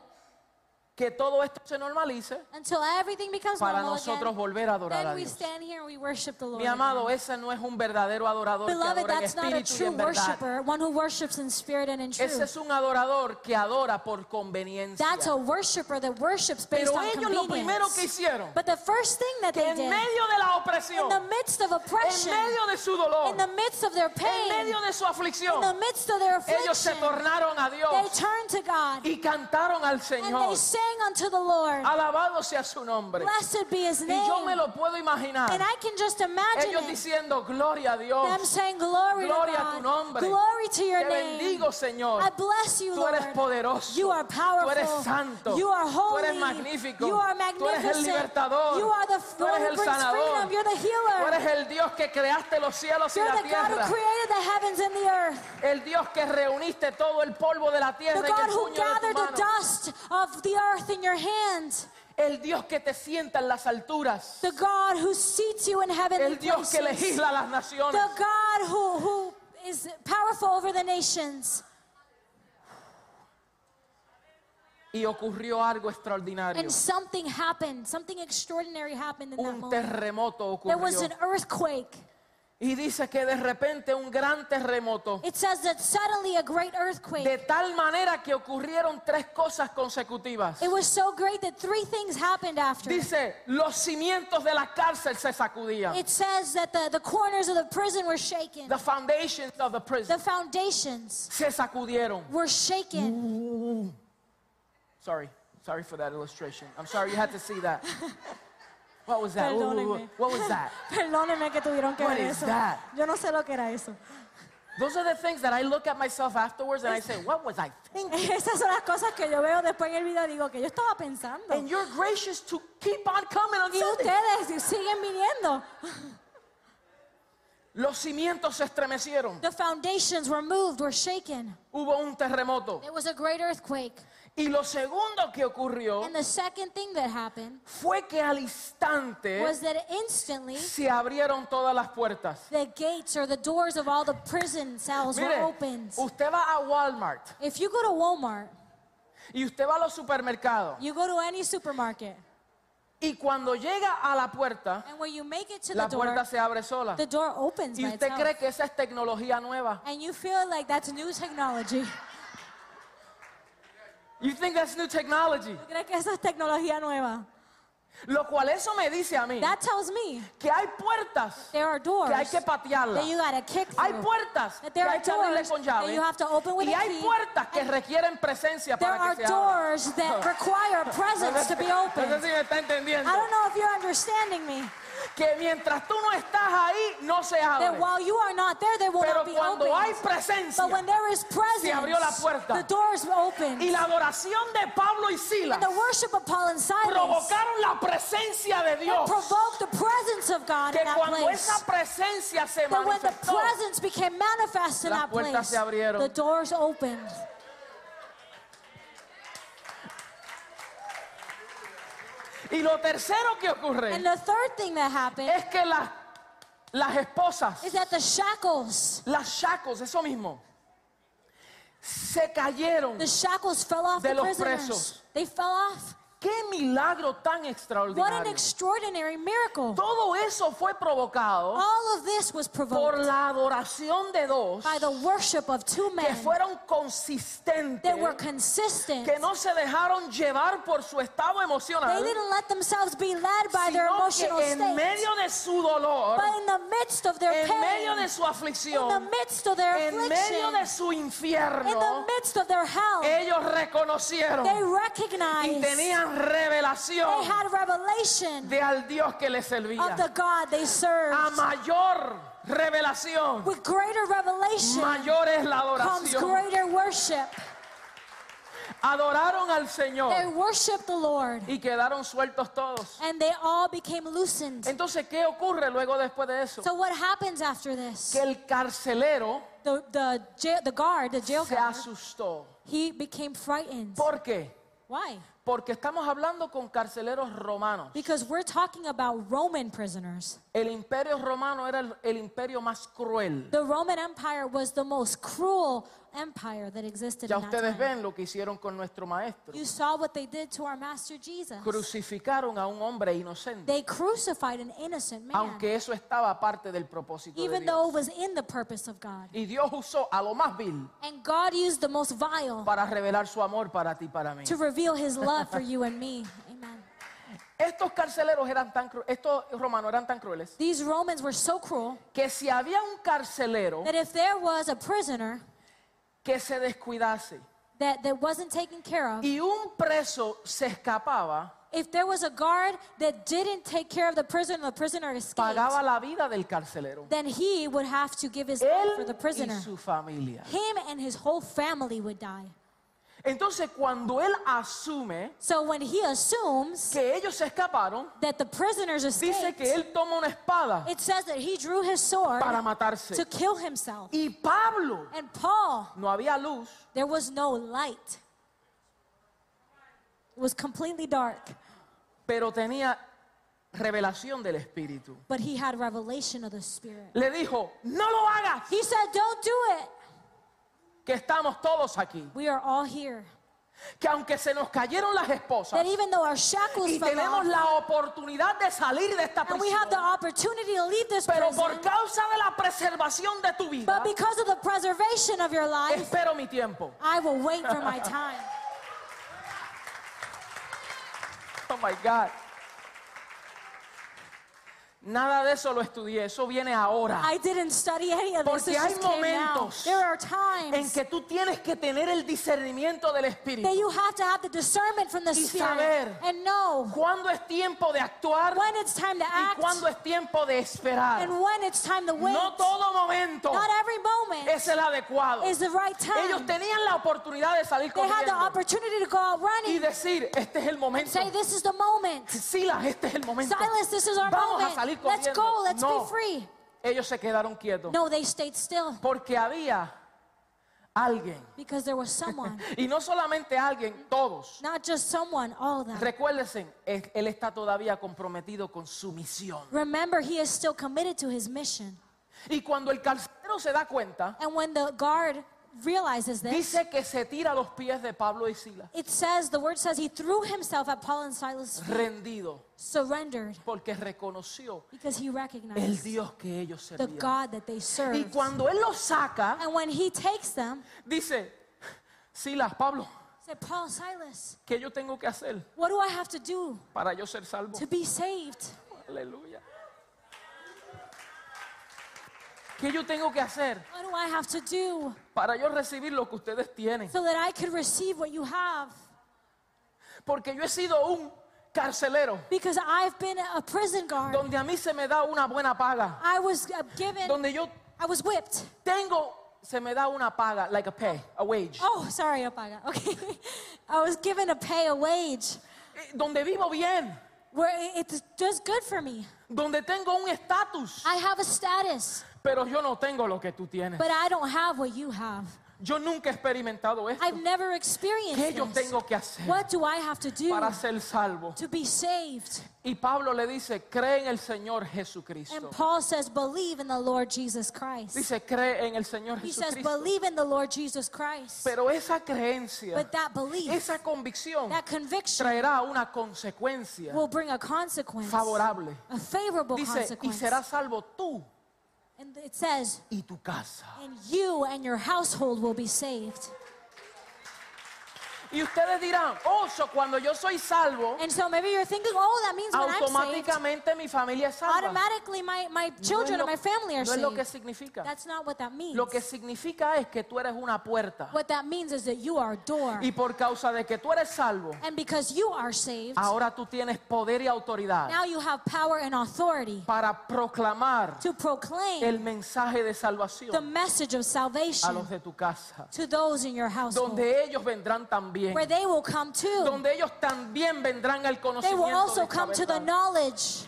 Speaker 1: que todo esto se normalice
Speaker 2: until everything becomes
Speaker 1: para
Speaker 2: normal
Speaker 1: nosotros
Speaker 2: again.
Speaker 1: volver a adorar a
Speaker 2: Then we
Speaker 1: Dios.
Speaker 2: stand here and we worship the Lord.
Speaker 1: Mi amado,
Speaker 2: again.
Speaker 1: ese no es un verdadero adorador que
Speaker 2: Beloved,
Speaker 1: adora en
Speaker 2: that's not a
Speaker 1: espíritu y
Speaker 2: true
Speaker 1: en verdad.
Speaker 2: worshiper, one who worships in spirit and in
Speaker 1: Ese
Speaker 2: truth.
Speaker 1: es un adorador que adora por conveniencia.
Speaker 2: That's a worshiper that worships based
Speaker 1: Pero
Speaker 2: on
Speaker 1: ellos lo primero que
Speaker 2: convenience.
Speaker 1: hicieron
Speaker 2: But the first thing that
Speaker 1: que
Speaker 2: they
Speaker 1: en
Speaker 2: did,
Speaker 1: medio de la
Speaker 2: in
Speaker 1: opresión,
Speaker 2: the midst of
Speaker 1: en
Speaker 2: oppression,
Speaker 1: medio de su dolor,
Speaker 2: in the midst of their
Speaker 1: en
Speaker 2: pain,
Speaker 1: medio de su
Speaker 2: in the
Speaker 1: aflicción,
Speaker 2: midst of their
Speaker 1: ellos se
Speaker 2: affliction,
Speaker 1: tornaron a
Speaker 2: they
Speaker 1: Dios
Speaker 2: turned to God
Speaker 1: y cantaron al
Speaker 2: and they
Speaker 1: Señor.
Speaker 2: sang unto the Lord,
Speaker 1: Alabado sea su nombre.
Speaker 2: Blessed be his
Speaker 1: Y yo
Speaker 2: name.
Speaker 1: me lo puedo
Speaker 2: And
Speaker 1: imaginar.
Speaker 2: I can just imagine
Speaker 1: Ellos
Speaker 2: it.
Speaker 1: diciendo, gloria a
Speaker 2: them
Speaker 1: Dios.
Speaker 2: saying, Glory
Speaker 1: Gloria
Speaker 2: to
Speaker 1: a tu
Speaker 2: God,
Speaker 1: nombre.
Speaker 2: glory to your
Speaker 1: Te
Speaker 2: name.
Speaker 1: bendigo, Señor.
Speaker 2: I bless you,
Speaker 1: Tú
Speaker 2: Lord.
Speaker 1: eres poderoso.
Speaker 2: You are powerful.
Speaker 1: Tú eres santo.
Speaker 2: You are
Speaker 1: Tú
Speaker 2: holy.
Speaker 1: eres magnífico.
Speaker 2: You are
Speaker 1: Tú eres el
Speaker 2: magnificent.
Speaker 1: libertador.
Speaker 2: You are the
Speaker 1: Tú
Speaker 2: one
Speaker 1: eres
Speaker 2: who
Speaker 1: el
Speaker 2: brings
Speaker 1: sanador.
Speaker 2: freedom. You're the
Speaker 1: Tú
Speaker 2: healer.
Speaker 1: eres el Dios que creaste los cielos y
Speaker 2: You're
Speaker 1: la
Speaker 2: the God who
Speaker 1: tierra.
Speaker 2: created the heavens and the earth.
Speaker 1: El Dios que reuniste todo el polvo de la
Speaker 2: The
Speaker 1: tierra en
Speaker 2: God
Speaker 1: el
Speaker 2: who
Speaker 1: puño de tu
Speaker 2: gathered the
Speaker 1: mano.
Speaker 2: dust of the earth in your hand.
Speaker 1: El Dios que te sienta en las alturas.
Speaker 2: The God who seats you in heavenly
Speaker 1: El Dios que
Speaker 2: places.
Speaker 1: legisla las
Speaker 2: The
Speaker 1: naciones.
Speaker 2: God who, who is powerful over the nations.
Speaker 1: Y ocurrió algo extraordinario.
Speaker 2: And something happened. Something extraordinary happened in that
Speaker 1: Un
Speaker 2: moment.
Speaker 1: terremoto
Speaker 2: There was an
Speaker 1: ocurrió.
Speaker 2: earthquake.
Speaker 1: Y dice que de repente un gran terremoto.
Speaker 2: It says that suddenly a great earthquake.
Speaker 1: De tal manera que ocurrieron tres cosas consecutivas.
Speaker 2: It was so great that three things happened after. it.
Speaker 1: Dice, los cimientos de la cárcel se sacudían.
Speaker 2: It says that the, the corners of the prison were shaken.
Speaker 1: The foundations of the
Speaker 2: The
Speaker 1: prison
Speaker 2: foundations
Speaker 1: se sacudieron.
Speaker 2: were shaken.
Speaker 1: Sorry, sorry for that illustration. I'm sorry you had to see that. What was that? Ooh, ooh, ooh.
Speaker 2: Perdónenme.
Speaker 1: what was that?
Speaker 2: Perdónenme que tuvieron que
Speaker 1: What
Speaker 2: ver
Speaker 1: is
Speaker 2: eso.
Speaker 1: that?
Speaker 2: Yo no sé lo que era eso.
Speaker 1: Those are the things that I look at myself afterwards and I say, what was I thinking?
Speaker 2: Esas son las cosas que yo veo después en el video. Digo que yo estaba pensando.
Speaker 1: And you're gracious to keep on coming on
Speaker 2: Y
Speaker 1: Sunday.
Speaker 2: ustedes siguen viniendo.
Speaker 1: Los cimientos se estremecieron.
Speaker 2: The foundations were moved, were shaken.
Speaker 1: Hubo un terremoto.
Speaker 2: It was a great earthquake.
Speaker 1: Y lo segundo que ocurrió
Speaker 2: And the second thing that happened
Speaker 1: fue que al instante
Speaker 2: was that instantly
Speaker 1: se abrieron todas las puertas.
Speaker 2: the gates or the doors of all the prison cells were
Speaker 1: Mire, oh,
Speaker 2: opened.
Speaker 1: usted va a Walmart
Speaker 2: If you go to Walmart,
Speaker 1: y usted va a los supermercados
Speaker 2: you go to any supermarket,
Speaker 1: y cuando llega a la puerta,
Speaker 2: and when you make it to the
Speaker 1: la
Speaker 2: door,
Speaker 1: puerta se abre sola.
Speaker 2: the door opens
Speaker 1: Y
Speaker 2: by
Speaker 1: usted
Speaker 2: itself.
Speaker 1: cree que esa es tecnología nueva.
Speaker 2: And you feel like that's new technology.
Speaker 1: You think that's new technology.
Speaker 2: ¿Tú crees que esa es tecnología nueva?
Speaker 1: Lo cual eso me dice a mí
Speaker 2: That tells me
Speaker 1: que hay puertas
Speaker 2: there are doors
Speaker 1: que hay que
Speaker 2: that you
Speaker 1: patearlas.
Speaker 2: gotta kick
Speaker 1: Hay
Speaker 2: through.
Speaker 1: puertas
Speaker 2: That
Speaker 1: que
Speaker 2: there
Speaker 1: hay
Speaker 2: are
Speaker 1: que abrirle
Speaker 2: doors
Speaker 1: con
Speaker 2: that
Speaker 1: llave.
Speaker 2: you have to open with
Speaker 1: Y
Speaker 2: a
Speaker 1: hay
Speaker 2: key.
Speaker 1: puertas que
Speaker 2: And
Speaker 1: requieren presencia
Speaker 2: There
Speaker 1: para
Speaker 2: are
Speaker 1: que se abran.
Speaker 2: doors that require a presence to be
Speaker 1: No sé
Speaker 2: opened.
Speaker 1: si me está entendiendo.
Speaker 2: I don't know if you're understanding me.
Speaker 1: Que mientras tú no estás ahí, no se abre.
Speaker 2: That while you are not there, they will
Speaker 1: Pero
Speaker 2: not be
Speaker 1: cuando hay
Speaker 2: opened.
Speaker 1: presencia
Speaker 2: But when there is presence,
Speaker 1: abrió la puerta.
Speaker 2: the doors open.
Speaker 1: y la adoración de Pablo y Silas
Speaker 2: The worship of Paul and Silas
Speaker 1: provocaron la presencia de Dios.
Speaker 2: provoked the presence of God
Speaker 1: Que
Speaker 2: in that
Speaker 1: cuando
Speaker 2: place.
Speaker 1: esa presencia se
Speaker 2: That when the
Speaker 1: manifestó,
Speaker 2: presence became manifest in
Speaker 1: Las
Speaker 2: that
Speaker 1: puertas
Speaker 2: place,
Speaker 1: se abrieron.
Speaker 2: the doors opened.
Speaker 1: y lo tercero que ocurre
Speaker 2: And the third thing that happened
Speaker 1: es que las, las esposas,
Speaker 2: is that the shackles,
Speaker 1: las shacos, eso mismo, se cayeron.
Speaker 2: the shackles fell off
Speaker 1: De
Speaker 2: the
Speaker 1: los
Speaker 2: prisoners.
Speaker 1: presos.
Speaker 2: They fell off.
Speaker 1: Qué milagro tan
Speaker 2: What an
Speaker 1: extraordinario.
Speaker 2: extraordinary miracle.
Speaker 1: Todo eso fue provocado
Speaker 2: All of this was
Speaker 1: por
Speaker 2: provoked
Speaker 1: la adoración de dos
Speaker 2: by the worship of two
Speaker 1: que
Speaker 2: men
Speaker 1: fueron consistentes,
Speaker 2: that were consistent.
Speaker 1: que no se dejaron llevar por su estado
Speaker 2: They
Speaker 1: emocional,
Speaker 2: didn't let themselves be led by their
Speaker 1: sino
Speaker 2: emotional
Speaker 1: que en
Speaker 2: state.
Speaker 1: medio de su dolor,
Speaker 2: But in the midst of their
Speaker 1: en medio
Speaker 2: pain,
Speaker 1: de su
Speaker 2: in the
Speaker 1: aflicción,
Speaker 2: midst of their
Speaker 1: en medio de
Speaker 2: affliction,
Speaker 1: su
Speaker 2: in the
Speaker 1: infierno,
Speaker 2: midst of their hell,
Speaker 1: ellos reconocieron
Speaker 2: they
Speaker 1: y
Speaker 2: recognized, they
Speaker 1: tenían revelación
Speaker 2: had revelation
Speaker 1: de al Dios que les
Speaker 2: of
Speaker 1: servía.
Speaker 2: the God they
Speaker 1: A
Speaker 2: served.
Speaker 1: mayor revelación,
Speaker 2: With greater revelation
Speaker 1: mayor es la
Speaker 2: comes
Speaker 1: adoración.
Speaker 2: greater worship.
Speaker 1: Adoraron al
Speaker 2: They
Speaker 1: Señor
Speaker 2: worshiped the Lord,
Speaker 1: y quedaron sueltos todos.
Speaker 2: and they all became loosened.
Speaker 1: Entonces, ¿qué ocurre luego después de eso?
Speaker 2: So what happens after this?
Speaker 1: Que el carcelero
Speaker 2: The the jail, the guard, the jail
Speaker 1: se
Speaker 2: guard,
Speaker 1: asustó.
Speaker 2: he became frightened.
Speaker 1: ¿Por qué?
Speaker 2: Why?
Speaker 1: Porque estamos hablando con carceleros romanos.
Speaker 2: Because we're talking about Roman prisoners.
Speaker 1: El imperio romano era el, el imperio más cruel.
Speaker 2: The Roman Empire was the most cruel empire that existed
Speaker 1: Ya
Speaker 2: in that
Speaker 1: ustedes
Speaker 2: time.
Speaker 1: ven lo que hicieron con nuestro maestro.
Speaker 2: You saw what they did to our master Jesus.
Speaker 1: Crucificaron a un hombre inocente,
Speaker 2: They crucified an innocent man,
Speaker 1: aunque eso estaba parte del propósito de
Speaker 2: even
Speaker 1: Dios.
Speaker 2: though it was in the purpose of God.
Speaker 1: Y Dios usó a lo más vil
Speaker 2: And God used the most vile
Speaker 1: para revelar su amor para ti y para mí.
Speaker 2: to reveal his love for you and me. Amen.
Speaker 1: Estos carceleros eran tan cru- estos romanos eran tan crueles
Speaker 2: These Romans were so cruel
Speaker 1: que si había un carcelero
Speaker 2: that if there was a prisoner
Speaker 1: que se descuidase
Speaker 2: that, that wasn't taken care of,
Speaker 1: y un preso se escapaba,
Speaker 2: if there was a guard that didn't take care of the prisoner and the prisoner escaped,
Speaker 1: pagaba la vida del carcelero.
Speaker 2: then he would have to give his life for
Speaker 1: Él
Speaker 2: the
Speaker 1: y
Speaker 2: prisoner.
Speaker 1: su familia.
Speaker 2: Him and his whole family would die.
Speaker 1: Entonces cuando él asume
Speaker 2: So when he assumes
Speaker 1: que ellos se escaparon,
Speaker 2: that the prisoners
Speaker 1: dice
Speaker 2: escaped,
Speaker 1: que él toma una espada
Speaker 2: it says that he drew his sword
Speaker 1: para
Speaker 2: to
Speaker 1: matarse.
Speaker 2: kill himself.
Speaker 1: Y Pablo,
Speaker 2: And Paul,
Speaker 1: no había luz,
Speaker 2: there was no light. It was completely dark,
Speaker 1: pero tenía revelación del Espíritu.
Speaker 2: but he had revelation of the Spirit.
Speaker 1: Le dijo, no lo hagas,
Speaker 2: He said, Don't do it.
Speaker 1: que estamos todos aquí.
Speaker 2: We are all here.
Speaker 1: Que aunque se nos cayeron las
Speaker 2: That
Speaker 1: esposas
Speaker 2: even though our shackles
Speaker 1: y
Speaker 2: fell
Speaker 1: tenemos
Speaker 2: off,
Speaker 1: la oportunidad de salir de esta
Speaker 2: and we have the
Speaker 1: prisión,
Speaker 2: opportunity to leave this
Speaker 1: pero
Speaker 2: prison,
Speaker 1: por causa de la preservación de tu vida,
Speaker 2: but because of the preservation of your life,
Speaker 1: espero mi tiempo.
Speaker 2: I will wait for my time.
Speaker 1: Oh my God. Nada de eso lo estudié, eso viene ahora.
Speaker 2: I didn't study any of this.
Speaker 1: Porque
Speaker 2: It
Speaker 1: hay
Speaker 2: just came now.
Speaker 1: momentos
Speaker 2: There are
Speaker 1: En
Speaker 2: times
Speaker 1: que tú tienes que tener el discernimiento del
Speaker 2: that
Speaker 1: Espíritu.
Speaker 2: you have to have the discernment from the
Speaker 1: Y
Speaker 2: Spirit
Speaker 1: saber.
Speaker 2: and know
Speaker 1: ¿Cuándo es tiempo de actuar
Speaker 2: when it's time to
Speaker 1: y
Speaker 2: act
Speaker 1: cuándo es tiempo de esperar?
Speaker 2: and when it's time to wait.
Speaker 1: No todo momento
Speaker 2: Not every moment
Speaker 1: es el adecuado.
Speaker 2: is the right
Speaker 1: Ellos
Speaker 2: time.
Speaker 1: tenían la oportunidad de salir
Speaker 2: They had the
Speaker 1: corriendo
Speaker 2: opportunity to go out
Speaker 1: y
Speaker 2: running
Speaker 1: decir, este es el
Speaker 2: and
Speaker 1: momento.
Speaker 2: say, This is the moment.
Speaker 1: Silas, este es el momento.
Speaker 2: Silas, this is our
Speaker 1: Vamos a salir
Speaker 2: moment. Let's go.
Speaker 1: corriendo.
Speaker 2: Let's
Speaker 1: No.
Speaker 2: be free.
Speaker 1: Ellos se quedaron quietos
Speaker 2: No, they stayed still
Speaker 1: porque había alguien
Speaker 2: because there was someone.
Speaker 1: Y no solamente alguien, todos.
Speaker 2: Not just someone, all of them.
Speaker 1: Recuérdense, él él está todavía comprometido con su misión.
Speaker 2: Remember, he is still committed to his mission.
Speaker 1: Y cuando el carcelero se da cuenta,
Speaker 2: And when the guard realizes this,
Speaker 1: dice que se tira a los pies de Pablo y Silas,
Speaker 2: it says, the word says, he threw himself at Paul and Silas' feet,
Speaker 1: rendido,
Speaker 2: surrendered,
Speaker 1: porque reconoció
Speaker 2: because he
Speaker 1: el
Speaker 2: recognized
Speaker 1: Dios que ellos
Speaker 2: the
Speaker 1: servían.
Speaker 2: God that they
Speaker 1: Y
Speaker 2: served.
Speaker 1: cuando él los saca,
Speaker 2: And when he takes them,
Speaker 1: dice, Silas, Pablo,
Speaker 2: said, Paul, Silas,
Speaker 1: ¿Qué yo tengo que hacer
Speaker 2: what do I have to do
Speaker 1: para yo ser salvo?
Speaker 2: to be saved?
Speaker 1: Aleluya. ¿Qué yo tengo que hacer
Speaker 2: What do I have to do
Speaker 1: para yo recibir lo que ustedes tienen?
Speaker 2: so that I could receive what you have?
Speaker 1: Porque yo he sido un carcelero
Speaker 2: Because I've been a prison guard.
Speaker 1: donde a mí se me da una buena paga,
Speaker 2: I was uh, given,
Speaker 1: donde yo
Speaker 2: I was whipped.
Speaker 1: tengo, se me da una paga, like a pay, a wage,
Speaker 2: Oh, sorry, apaga. Okay. I was given a pay, a wage,
Speaker 1: Eh, donde vivo bien,
Speaker 2: where it- it's just good for me.
Speaker 1: donde tengo un estatus,
Speaker 2: I have a status,
Speaker 1: pero yo no tengo lo que tú tienes.
Speaker 2: but I don't have what you have.
Speaker 1: Yo nunca he experimentado esto.
Speaker 2: I've never
Speaker 1: ¿Qué
Speaker 2: experienced
Speaker 1: yo
Speaker 2: this.
Speaker 1: tengo que hacer
Speaker 2: What do I have to do
Speaker 1: para ser salvo?
Speaker 2: to be saved?
Speaker 1: Y Pablo le dice, cree en el Señor
Speaker 2: And
Speaker 1: Jesucristo.
Speaker 2: Paul says, believe in the Lord Jesus Christ.
Speaker 1: Dice, cree en el Señor
Speaker 2: He says,
Speaker 1: Jesucristo.
Speaker 2: believe in the Lord Jesus Christ.
Speaker 1: Pero esa creencia,
Speaker 2: But that belief,
Speaker 1: esa convicción
Speaker 2: that conviction
Speaker 1: traerá una consecuencia
Speaker 2: will bring a consequence, a
Speaker 1: favorable.
Speaker 2: favorable
Speaker 1: Dice, y
Speaker 2: consequence.
Speaker 1: serás salvo tú
Speaker 2: And it says,
Speaker 1: y tu casa.
Speaker 2: and you and your household will be saved.
Speaker 1: Y ustedes dirán, oh, so cuando yo soy salvo,
Speaker 2: And so maybe you're thinking, oh, that means when I'm saved,
Speaker 1: automáticamente mi familia es salva.
Speaker 2: automatically my, my
Speaker 1: No es
Speaker 2: children
Speaker 1: lo-
Speaker 2: and my family are
Speaker 1: no es lo que
Speaker 2: saved.
Speaker 1: significa.
Speaker 2: That's not what that means.
Speaker 1: Lo que significa es que tú eres una puerta.
Speaker 2: What that means is that you are a door.
Speaker 1: Y por causa de que tú eres salvo,
Speaker 2: And because you are saved,
Speaker 1: ahora tú tienes poder y autoridad
Speaker 2: now you have power and authority
Speaker 1: para proclamar
Speaker 2: to proclaim
Speaker 1: el mensaje de
Speaker 2: the
Speaker 1: salvación
Speaker 2: message
Speaker 1: a
Speaker 2: of
Speaker 1: los
Speaker 2: salvation
Speaker 1: de tu casa,
Speaker 2: to those in your household,
Speaker 1: donde ellos vendrán también,
Speaker 2: where they will come too.
Speaker 1: donde ellos también vendrán al
Speaker 2: They will
Speaker 1: conocimiento. de
Speaker 2: also
Speaker 1: esta
Speaker 2: come to the
Speaker 1: verdad.
Speaker 2: knowledge.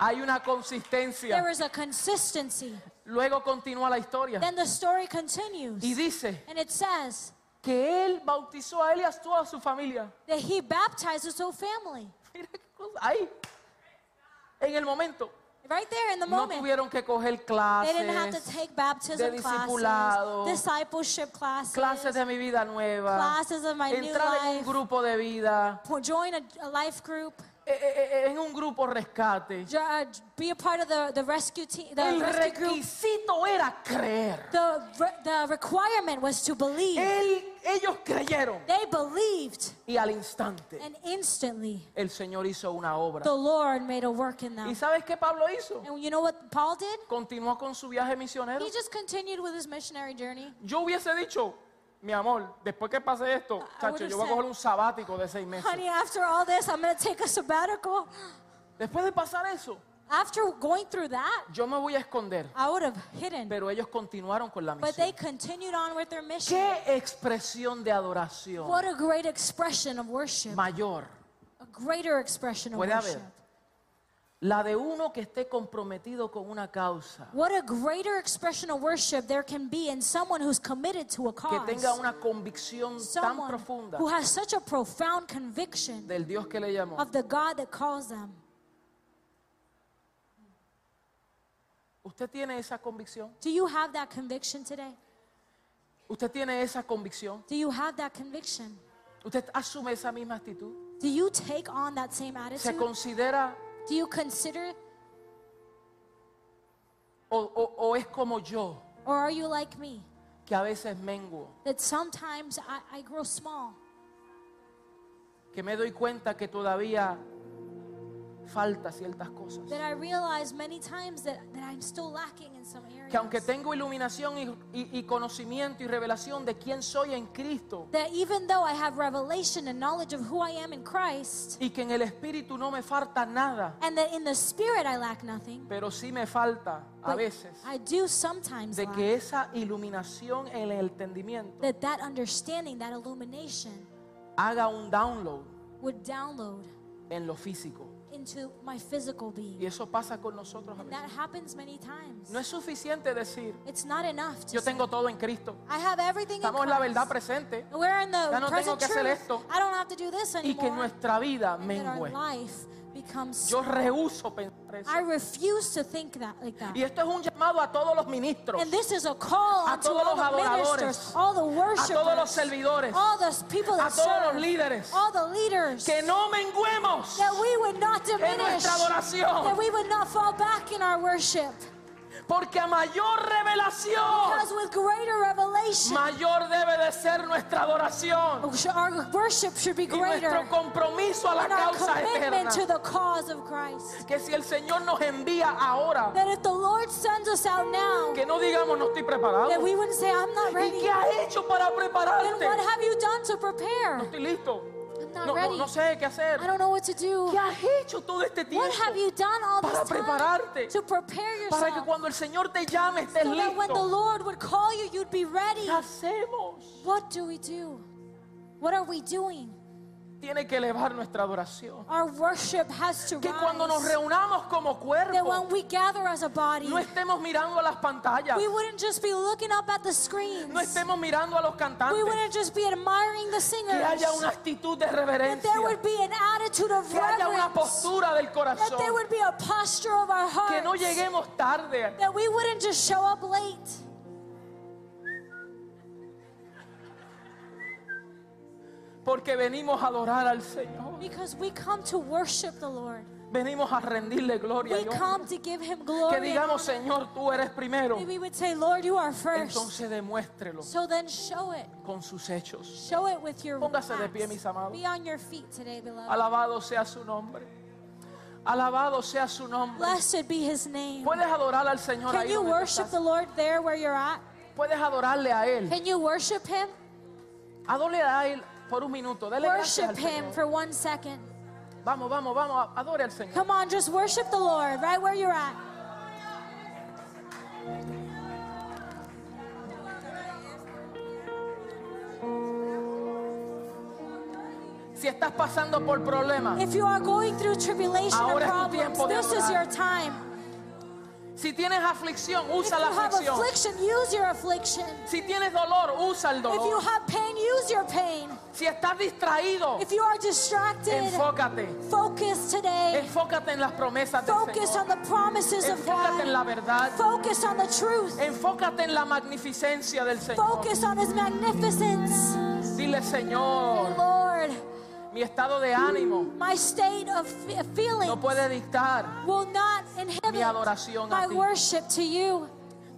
Speaker 1: Hay una
Speaker 2: There
Speaker 1: consistencia.
Speaker 2: is a consistency.
Speaker 1: Luego continúa la historia
Speaker 2: Then the story continues.
Speaker 1: y dice
Speaker 2: And it says
Speaker 1: que él bautizó a él y a toda su familia.
Speaker 2: that he baptized his whole family.
Speaker 1: Mira qué cosa, ahí, en el momento.
Speaker 2: Right there in the
Speaker 1: No
Speaker 2: moment.
Speaker 1: tuvieron que coger
Speaker 2: They didn't have
Speaker 1: clases,
Speaker 2: to take baptism
Speaker 1: de discipulado,
Speaker 2: classes, discipleship classes,
Speaker 1: clases de mi vida nueva,
Speaker 2: classes of my new
Speaker 1: entrar en un
Speaker 2: life,
Speaker 1: grupo de vida,
Speaker 2: po- join a, a life group,
Speaker 1: eh, eh, eh, en un grupo rescate.
Speaker 2: jo- uh, be a part of the, the rescue team, the
Speaker 1: El
Speaker 2: rescue group.
Speaker 1: requisito era creer.
Speaker 2: The, re- the requirement was to believe.
Speaker 1: Él- ellos creyeron
Speaker 2: They believed,
Speaker 1: y al instante
Speaker 2: and instantly
Speaker 1: el Señor hizo una obra.
Speaker 2: the Lord made a work in
Speaker 1: ¿Y
Speaker 2: them.
Speaker 1: sabes qué Pablo hizo?
Speaker 2: And you know what Paul did?
Speaker 1: Continuó con su viaje misionero.
Speaker 2: He just continued with his missionary journey.
Speaker 1: Yo hubiese dicho, mi amor, después que pase esto, chacho,
Speaker 2: would've
Speaker 1: yo voy a
Speaker 2: said-
Speaker 1: coger un sabático de seis meses.
Speaker 2: Ah, Honey, after all this, I'm going to take a sabbatical.
Speaker 1: Después de pasar eso,
Speaker 2: After going through that,
Speaker 1: yo me voy a esconder.
Speaker 2: I would have hidden.
Speaker 1: Pero ellos continuaron con la
Speaker 2: But Pues they
Speaker 1: misión.
Speaker 2: continued on with their mission.
Speaker 1: Qué expresión de adoración
Speaker 2: What a great expression of worship.
Speaker 1: mayor.
Speaker 2: A greater expression of
Speaker 1: Puede haber.
Speaker 2: worship.
Speaker 1: La de uno que esté comprometido con una causa,
Speaker 2: What a greater expression of worship there can be in someone who's committed to a
Speaker 1: que
Speaker 2: cause.
Speaker 1: tenga una convicción tan
Speaker 2: someone
Speaker 1: profunda
Speaker 2: who has such a profound conviction
Speaker 1: del Dios que le llamó.
Speaker 2: of the God that calls them.
Speaker 1: Usted tiene esa convicción.
Speaker 2: Do you have that conviction today?
Speaker 1: Usted tiene esa convicción.
Speaker 2: Do you have that conviction?
Speaker 1: Usted asume esa misma actitud.
Speaker 2: Do you take on that same
Speaker 1: Se
Speaker 2: attitude?
Speaker 1: considera
Speaker 2: Do you consider,
Speaker 1: o, o- o es como yo,
Speaker 2: or are you like me,
Speaker 1: que a veces menguo,
Speaker 2: that sometimes I, I grow small?
Speaker 1: que me doy cuenta que todavía falta ciertas cosas.
Speaker 2: that I realize many times that, that I'm still lacking in some areas.
Speaker 1: que aunque tengo iluminación y, y- y conocimiento y revelación de quién soy en Cristo
Speaker 2: that even though I have revelation and knowledge of who I am in Christ,
Speaker 1: y que en el Espíritu no me falta nada,
Speaker 2: and that in the Spirit I lack nothing,
Speaker 1: pero sí me falta a
Speaker 2: but
Speaker 1: veces
Speaker 2: I do sometimes
Speaker 1: de
Speaker 2: lack,
Speaker 1: que esa iluminación en el entendimiento
Speaker 2: that that understanding, that illumination
Speaker 1: haga un download
Speaker 2: would download
Speaker 1: en lo físico.
Speaker 2: into my physical
Speaker 1: Y
Speaker 2: being.
Speaker 1: eso pasa con nosotros a
Speaker 2: And
Speaker 1: veces.
Speaker 2: that happens many times.
Speaker 1: No es suficiente decir,
Speaker 2: It's not enough to
Speaker 1: yo
Speaker 2: say,
Speaker 1: tengo todo en Cristo.
Speaker 2: I have everything in
Speaker 1: Estamos en la verdad
Speaker 2: Christ.
Speaker 1: presente
Speaker 2: We're in
Speaker 1: Ya
Speaker 2: the
Speaker 1: no tengo
Speaker 2: present
Speaker 1: que hacer
Speaker 2: truth.
Speaker 1: esto.
Speaker 2: I don't have to do this
Speaker 1: y que
Speaker 2: anymore.
Speaker 1: nuestra vida
Speaker 2: And that our
Speaker 1: mengue.
Speaker 2: life becomes
Speaker 1: Yo rehuso pensar eso.
Speaker 2: I refuse to think that like that.
Speaker 1: Y esto es un llamado a todos los ministros.
Speaker 2: And this is a call
Speaker 1: A
Speaker 2: unto
Speaker 1: todos los
Speaker 2: all the
Speaker 1: adoradores,
Speaker 2: ministers, all the worshipers,
Speaker 1: todos los servidores,
Speaker 2: all the people
Speaker 1: a
Speaker 2: that
Speaker 1: todos los
Speaker 2: serve,
Speaker 1: líderes,
Speaker 2: all the leaders,
Speaker 1: que no menguemos
Speaker 2: that we would not
Speaker 1: en
Speaker 2: diminish,
Speaker 1: nuestra
Speaker 2: that
Speaker 1: adoración,
Speaker 2: we would not fall back in our worship,
Speaker 1: Porque a mayor revelación,
Speaker 2: Because with greater revelation,
Speaker 1: mayor debe de ser nuestra adoración
Speaker 2: our worship should be
Speaker 1: y nuestro
Speaker 2: greater.
Speaker 1: compromiso a la
Speaker 2: And our
Speaker 1: causa
Speaker 2: commitment
Speaker 1: eterna.
Speaker 2: to the cause of Christ.
Speaker 1: Que si el Señor nos envía ahora,
Speaker 2: That if the Lord sends us out now,
Speaker 1: que no digamos no estoy preparado.
Speaker 2: that we wouldn't say, I'm not ready.
Speaker 1: ¿Y qué has hecho para
Speaker 2: Then
Speaker 1: prepararte?
Speaker 2: what
Speaker 1: No
Speaker 2: have you done to prepare?
Speaker 1: estoy listo.
Speaker 2: I'm
Speaker 1: No,
Speaker 2: not
Speaker 1: no-
Speaker 2: ready.
Speaker 1: no sé qué hacer.
Speaker 2: I don't know what to
Speaker 1: ¿Qué
Speaker 2: do.
Speaker 1: has hecho todo este tiempo?
Speaker 2: What have you done all
Speaker 1: para
Speaker 2: this time
Speaker 1: prepararte?
Speaker 2: to prepare
Speaker 1: Para que
Speaker 2: yourself?
Speaker 1: cuando el Señor te llame estés
Speaker 2: So that when the
Speaker 1: listo.
Speaker 2: Lord would call you, you'd be ready.
Speaker 1: ¿Qué hacemos?
Speaker 2: What do we do? What are we doing?
Speaker 1: Tiene que elevar nuestra adoración.
Speaker 2: Our worship has to
Speaker 1: Que cuando nos
Speaker 2: rise.
Speaker 1: reunamos como
Speaker 2: That when
Speaker 1: cuerpo,
Speaker 2: we gather as a body,
Speaker 1: no estemos mirando a las pantallas,
Speaker 2: we wouldn't just be looking up at the screens.
Speaker 1: no estemos mirando a los
Speaker 2: We
Speaker 1: cantantes.
Speaker 2: wouldn't just be admiring the
Speaker 1: Que haya una
Speaker 2: singers.
Speaker 1: actitud de
Speaker 2: That
Speaker 1: reverencia,
Speaker 2: there would be an attitude of
Speaker 1: que haya una
Speaker 2: reverence.
Speaker 1: postura del
Speaker 2: That there
Speaker 1: corazón,
Speaker 2: would be a posture of our
Speaker 1: que no
Speaker 2: hearts.
Speaker 1: lleguemos tarde.
Speaker 2: That we wouldn't just show up late.
Speaker 1: Porque venimos a adorar al Señor.
Speaker 2: Because we come to worship the Lord.
Speaker 1: Venimos a rendirle gloria. a
Speaker 2: We
Speaker 1: Dios.
Speaker 2: come to give Him
Speaker 1: Que
Speaker 2: glory.
Speaker 1: digamos, Señor, tú eres primero.
Speaker 2: And we would say, Lord, you are first.
Speaker 1: Entonces demuéstrelo
Speaker 2: So then show it.
Speaker 1: con sus hechos.
Speaker 2: Show it with your
Speaker 1: Póngase de
Speaker 2: acts.
Speaker 1: pie, mis amados.
Speaker 2: Be on your feet today, beloved.
Speaker 1: Alabado sea su nombre. Alabado sea su nombre.
Speaker 2: Blessed be His name.
Speaker 1: Puedes adorar al Señor
Speaker 2: Can
Speaker 1: ahí
Speaker 2: you
Speaker 1: donde tú
Speaker 2: worship
Speaker 1: estás.
Speaker 2: the Lord there where you're at?
Speaker 1: Puedes adorarle a Él.
Speaker 2: Can you worship Him?
Speaker 1: Adórale a Él por un minuto. Dele gracias
Speaker 2: Worship
Speaker 1: al
Speaker 2: Him
Speaker 1: Señor.
Speaker 2: for one second.
Speaker 1: Vamos, vamos, vamos. Adore al Señor.
Speaker 2: Come on, just worship the Lord right where you're at.
Speaker 1: Si estás pasando por problemas,
Speaker 2: If you are going through tribulation or
Speaker 1: Ahora es tu
Speaker 2: problems,
Speaker 1: tiempo de
Speaker 2: this is your
Speaker 1: adorar.
Speaker 2: time.
Speaker 1: si tienes aflicción,
Speaker 2: If
Speaker 1: usa
Speaker 2: you
Speaker 1: la
Speaker 2: have
Speaker 1: aflicción.
Speaker 2: affliction, use your affliction.
Speaker 1: Si tienes dolor, usa el
Speaker 2: If you
Speaker 1: dolor.
Speaker 2: have pain, use your pain.
Speaker 1: Si estás distraído,
Speaker 2: If you are distracted,
Speaker 1: enfócate.
Speaker 2: focus today.
Speaker 1: Enfócate en las promesas del
Speaker 2: Focus
Speaker 1: Señor.
Speaker 2: on the promises of
Speaker 1: Enfócate en la
Speaker 2: God.
Speaker 1: verdad.
Speaker 2: Focus on the truth.
Speaker 1: Enfócate en la magnificencia del Señor.
Speaker 2: Focus on His magnificence.
Speaker 1: Dile, Señor,
Speaker 2: Lord,
Speaker 1: mi estado de ánimo
Speaker 2: my state of fe- feeling
Speaker 1: no puede dictar.
Speaker 2: will not
Speaker 1: Mi adoración a
Speaker 2: inhibit my
Speaker 1: ti.
Speaker 2: worship to you.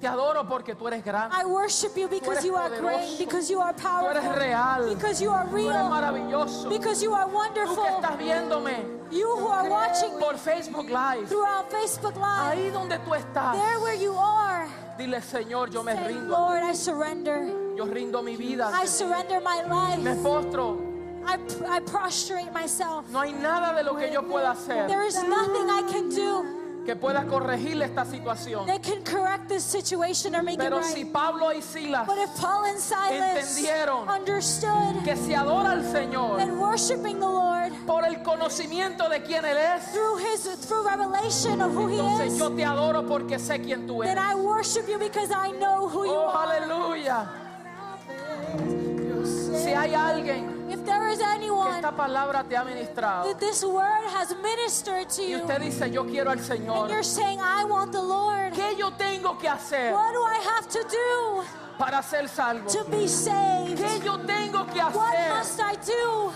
Speaker 1: Te adoro porque tú eres grande.
Speaker 2: I worship you because
Speaker 1: eres
Speaker 2: you are
Speaker 1: poderoso.
Speaker 2: great, because you are
Speaker 1: eres
Speaker 2: powerful,
Speaker 1: real.
Speaker 2: because you are
Speaker 1: Tú eres
Speaker 2: real,
Speaker 1: maravilloso.
Speaker 2: because you are
Speaker 1: Tú que
Speaker 2: wonderful.
Speaker 1: estás viéndome
Speaker 2: You who are watching me
Speaker 1: por Facebook Live,
Speaker 2: throughout Facebook Live,
Speaker 1: ahí donde tú estás,
Speaker 2: there where you are,
Speaker 1: dile, Señor, yo me
Speaker 2: say,
Speaker 1: rindo.
Speaker 2: Lord, I surrender.
Speaker 1: Yo rindo mi vida.
Speaker 2: I surrender my
Speaker 1: Me
Speaker 2: life.
Speaker 1: postro.
Speaker 2: I, I prostrate myself.
Speaker 1: No hay nada de lo que yo pueda hacer
Speaker 2: There is nothing I can do
Speaker 1: que pueda corregir esta situación.
Speaker 2: that can correct this situation or make it
Speaker 1: Pero si
Speaker 2: right.
Speaker 1: Pablo y Silas,
Speaker 2: But if Paul and Silas
Speaker 1: Entendieron.
Speaker 2: understood
Speaker 1: que se adora al Señor
Speaker 2: that worshiping the Lord
Speaker 1: por el conocimiento de quién Él es,
Speaker 2: through his through revelation of who he
Speaker 1: entonces
Speaker 2: is,
Speaker 1: yo te adoro porque sé quién tú
Speaker 2: then
Speaker 1: eres.
Speaker 2: I worship you because I know who you
Speaker 1: Oh,
Speaker 2: are.
Speaker 1: aleluya. Si hay alguien
Speaker 2: If there is
Speaker 1: que
Speaker 2: anyone
Speaker 1: esta palabra te ha ministrado
Speaker 2: that this word has ministered to
Speaker 1: y
Speaker 2: you,
Speaker 1: usted dice, yo quiero al
Speaker 2: and
Speaker 1: Señor,
Speaker 2: you're saying, I want the Lord,
Speaker 1: ¿qué yo tengo que hacer
Speaker 2: what do I have to do
Speaker 1: para ser salvo?
Speaker 2: to be saved?
Speaker 1: ¿Qué yo tengo que
Speaker 2: What
Speaker 1: hacer?
Speaker 2: must I do?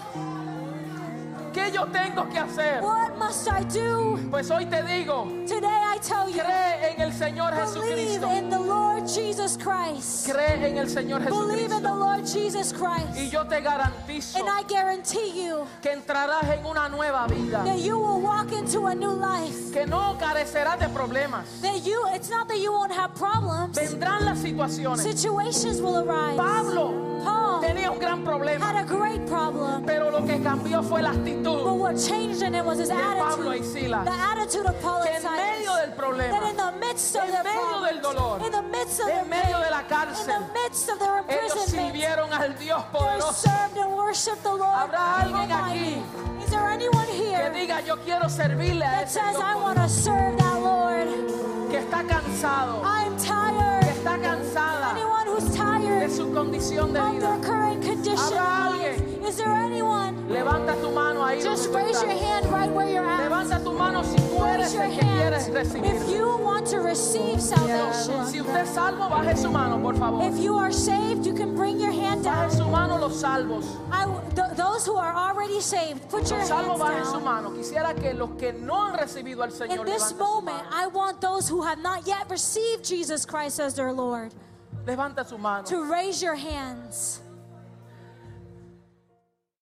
Speaker 1: ¿Qué yo tengo que hacer?
Speaker 2: What must I do?
Speaker 1: Pues hoy te digo,
Speaker 2: Today I tell you,
Speaker 1: cree en el Señor
Speaker 2: believe
Speaker 1: Jesucristo.
Speaker 2: in the Lord Jesus Christ.
Speaker 1: Cree en el Señor
Speaker 2: Believe in the
Speaker 1: Jesucristo.
Speaker 2: Lord Jesus
Speaker 1: Y
Speaker 2: Christ.
Speaker 1: yo te garantizo
Speaker 2: And I guarantee you
Speaker 1: que entrarás en una nueva vida.
Speaker 2: that you will walk into a new life.
Speaker 1: Que no carecerás de problemas.
Speaker 2: That you, it's not that you won't have problems.
Speaker 1: Vendrán las situaciones.
Speaker 2: Situations will arise.
Speaker 1: Pablo
Speaker 2: Paul
Speaker 1: tenía un gran problema.
Speaker 2: had a great problem,
Speaker 1: Pero lo que cambió fue la
Speaker 2: but
Speaker 1: actitud
Speaker 2: what changed in him was his
Speaker 1: de Pablo y
Speaker 2: attitude. The
Speaker 1: Silas.
Speaker 2: attitude of Paul
Speaker 1: Que
Speaker 2: and
Speaker 1: en medio
Speaker 2: Silas.
Speaker 1: del
Speaker 2: That in
Speaker 1: problema,
Speaker 2: the midst of
Speaker 1: en
Speaker 2: their
Speaker 1: medio del dolor,
Speaker 2: problems, in the midst of their
Speaker 1: en medio de
Speaker 2: pain,
Speaker 1: la
Speaker 2: in
Speaker 1: cárcel,
Speaker 2: the midst of their
Speaker 1: ellos
Speaker 2: imprisonment,
Speaker 1: sirvieron al Dios
Speaker 2: they
Speaker 1: poderoso.
Speaker 2: served and worshiped the Lord
Speaker 1: Habrá alguien
Speaker 2: Almighty. Is there anyone
Speaker 1: Que
Speaker 2: here
Speaker 1: diga, yo quiero servirle a
Speaker 2: that
Speaker 1: ese
Speaker 2: says,
Speaker 1: Dios
Speaker 2: I want to serve that Lord?
Speaker 1: poderoso", que está cansado,
Speaker 2: I'm
Speaker 1: que
Speaker 2: tired.
Speaker 1: está cansada
Speaker 2: Anyone who's tired
Speaker 1: de su condición de
Speaker 2: of
Speaker 1: vida.
Speaker 2: their current condition,
Speaker 1: Habrá
Speaker 2: in life,
Speaker 1: alguien
Speaker 2: Is there anyone?
Speaker 1: Levanta tu mano ahí.
Speaker 2: Just
Speaker 1: donde tú
Speaker 2: raise your
Speaker 1: estás.
Speaker 2: hand right where you're at.
Speaker 1: Levanta tu mano si tú eres
Speaker 2: Raise your
Speaker 1: el que quieres
Speaker 2: hand
Speaker 1: recibir.
Speaker 2: if you want to receive
Speaker 1: Si
Speaker 2: salvation.
Speaker 1: usted es salvo, baje su mano, por favor.
Speaker 2: If you are saved, you can bring your hand down.
Speaker 1: Baje su mano los salvos.
Speaker 2: I, th- those who are already saved, put your
Speaker 1: Los
Speaker 2: hands
Speaker 1: salvos bajen su
Speaker 2: down.
Speaker 1: mano. Quisiera que los que no han recibido al
Speaker 2: In
Speaker 1: Señor
Speaker 2: this
Speaker 1: levanten su
Speaker 2: moment,
Speaker 1: mano.
Speaker 2: I want those who have not yet received Jesus Christ as their Lord
Speaker 1: Levanta su mano.
Speaker 2: to raise your hands.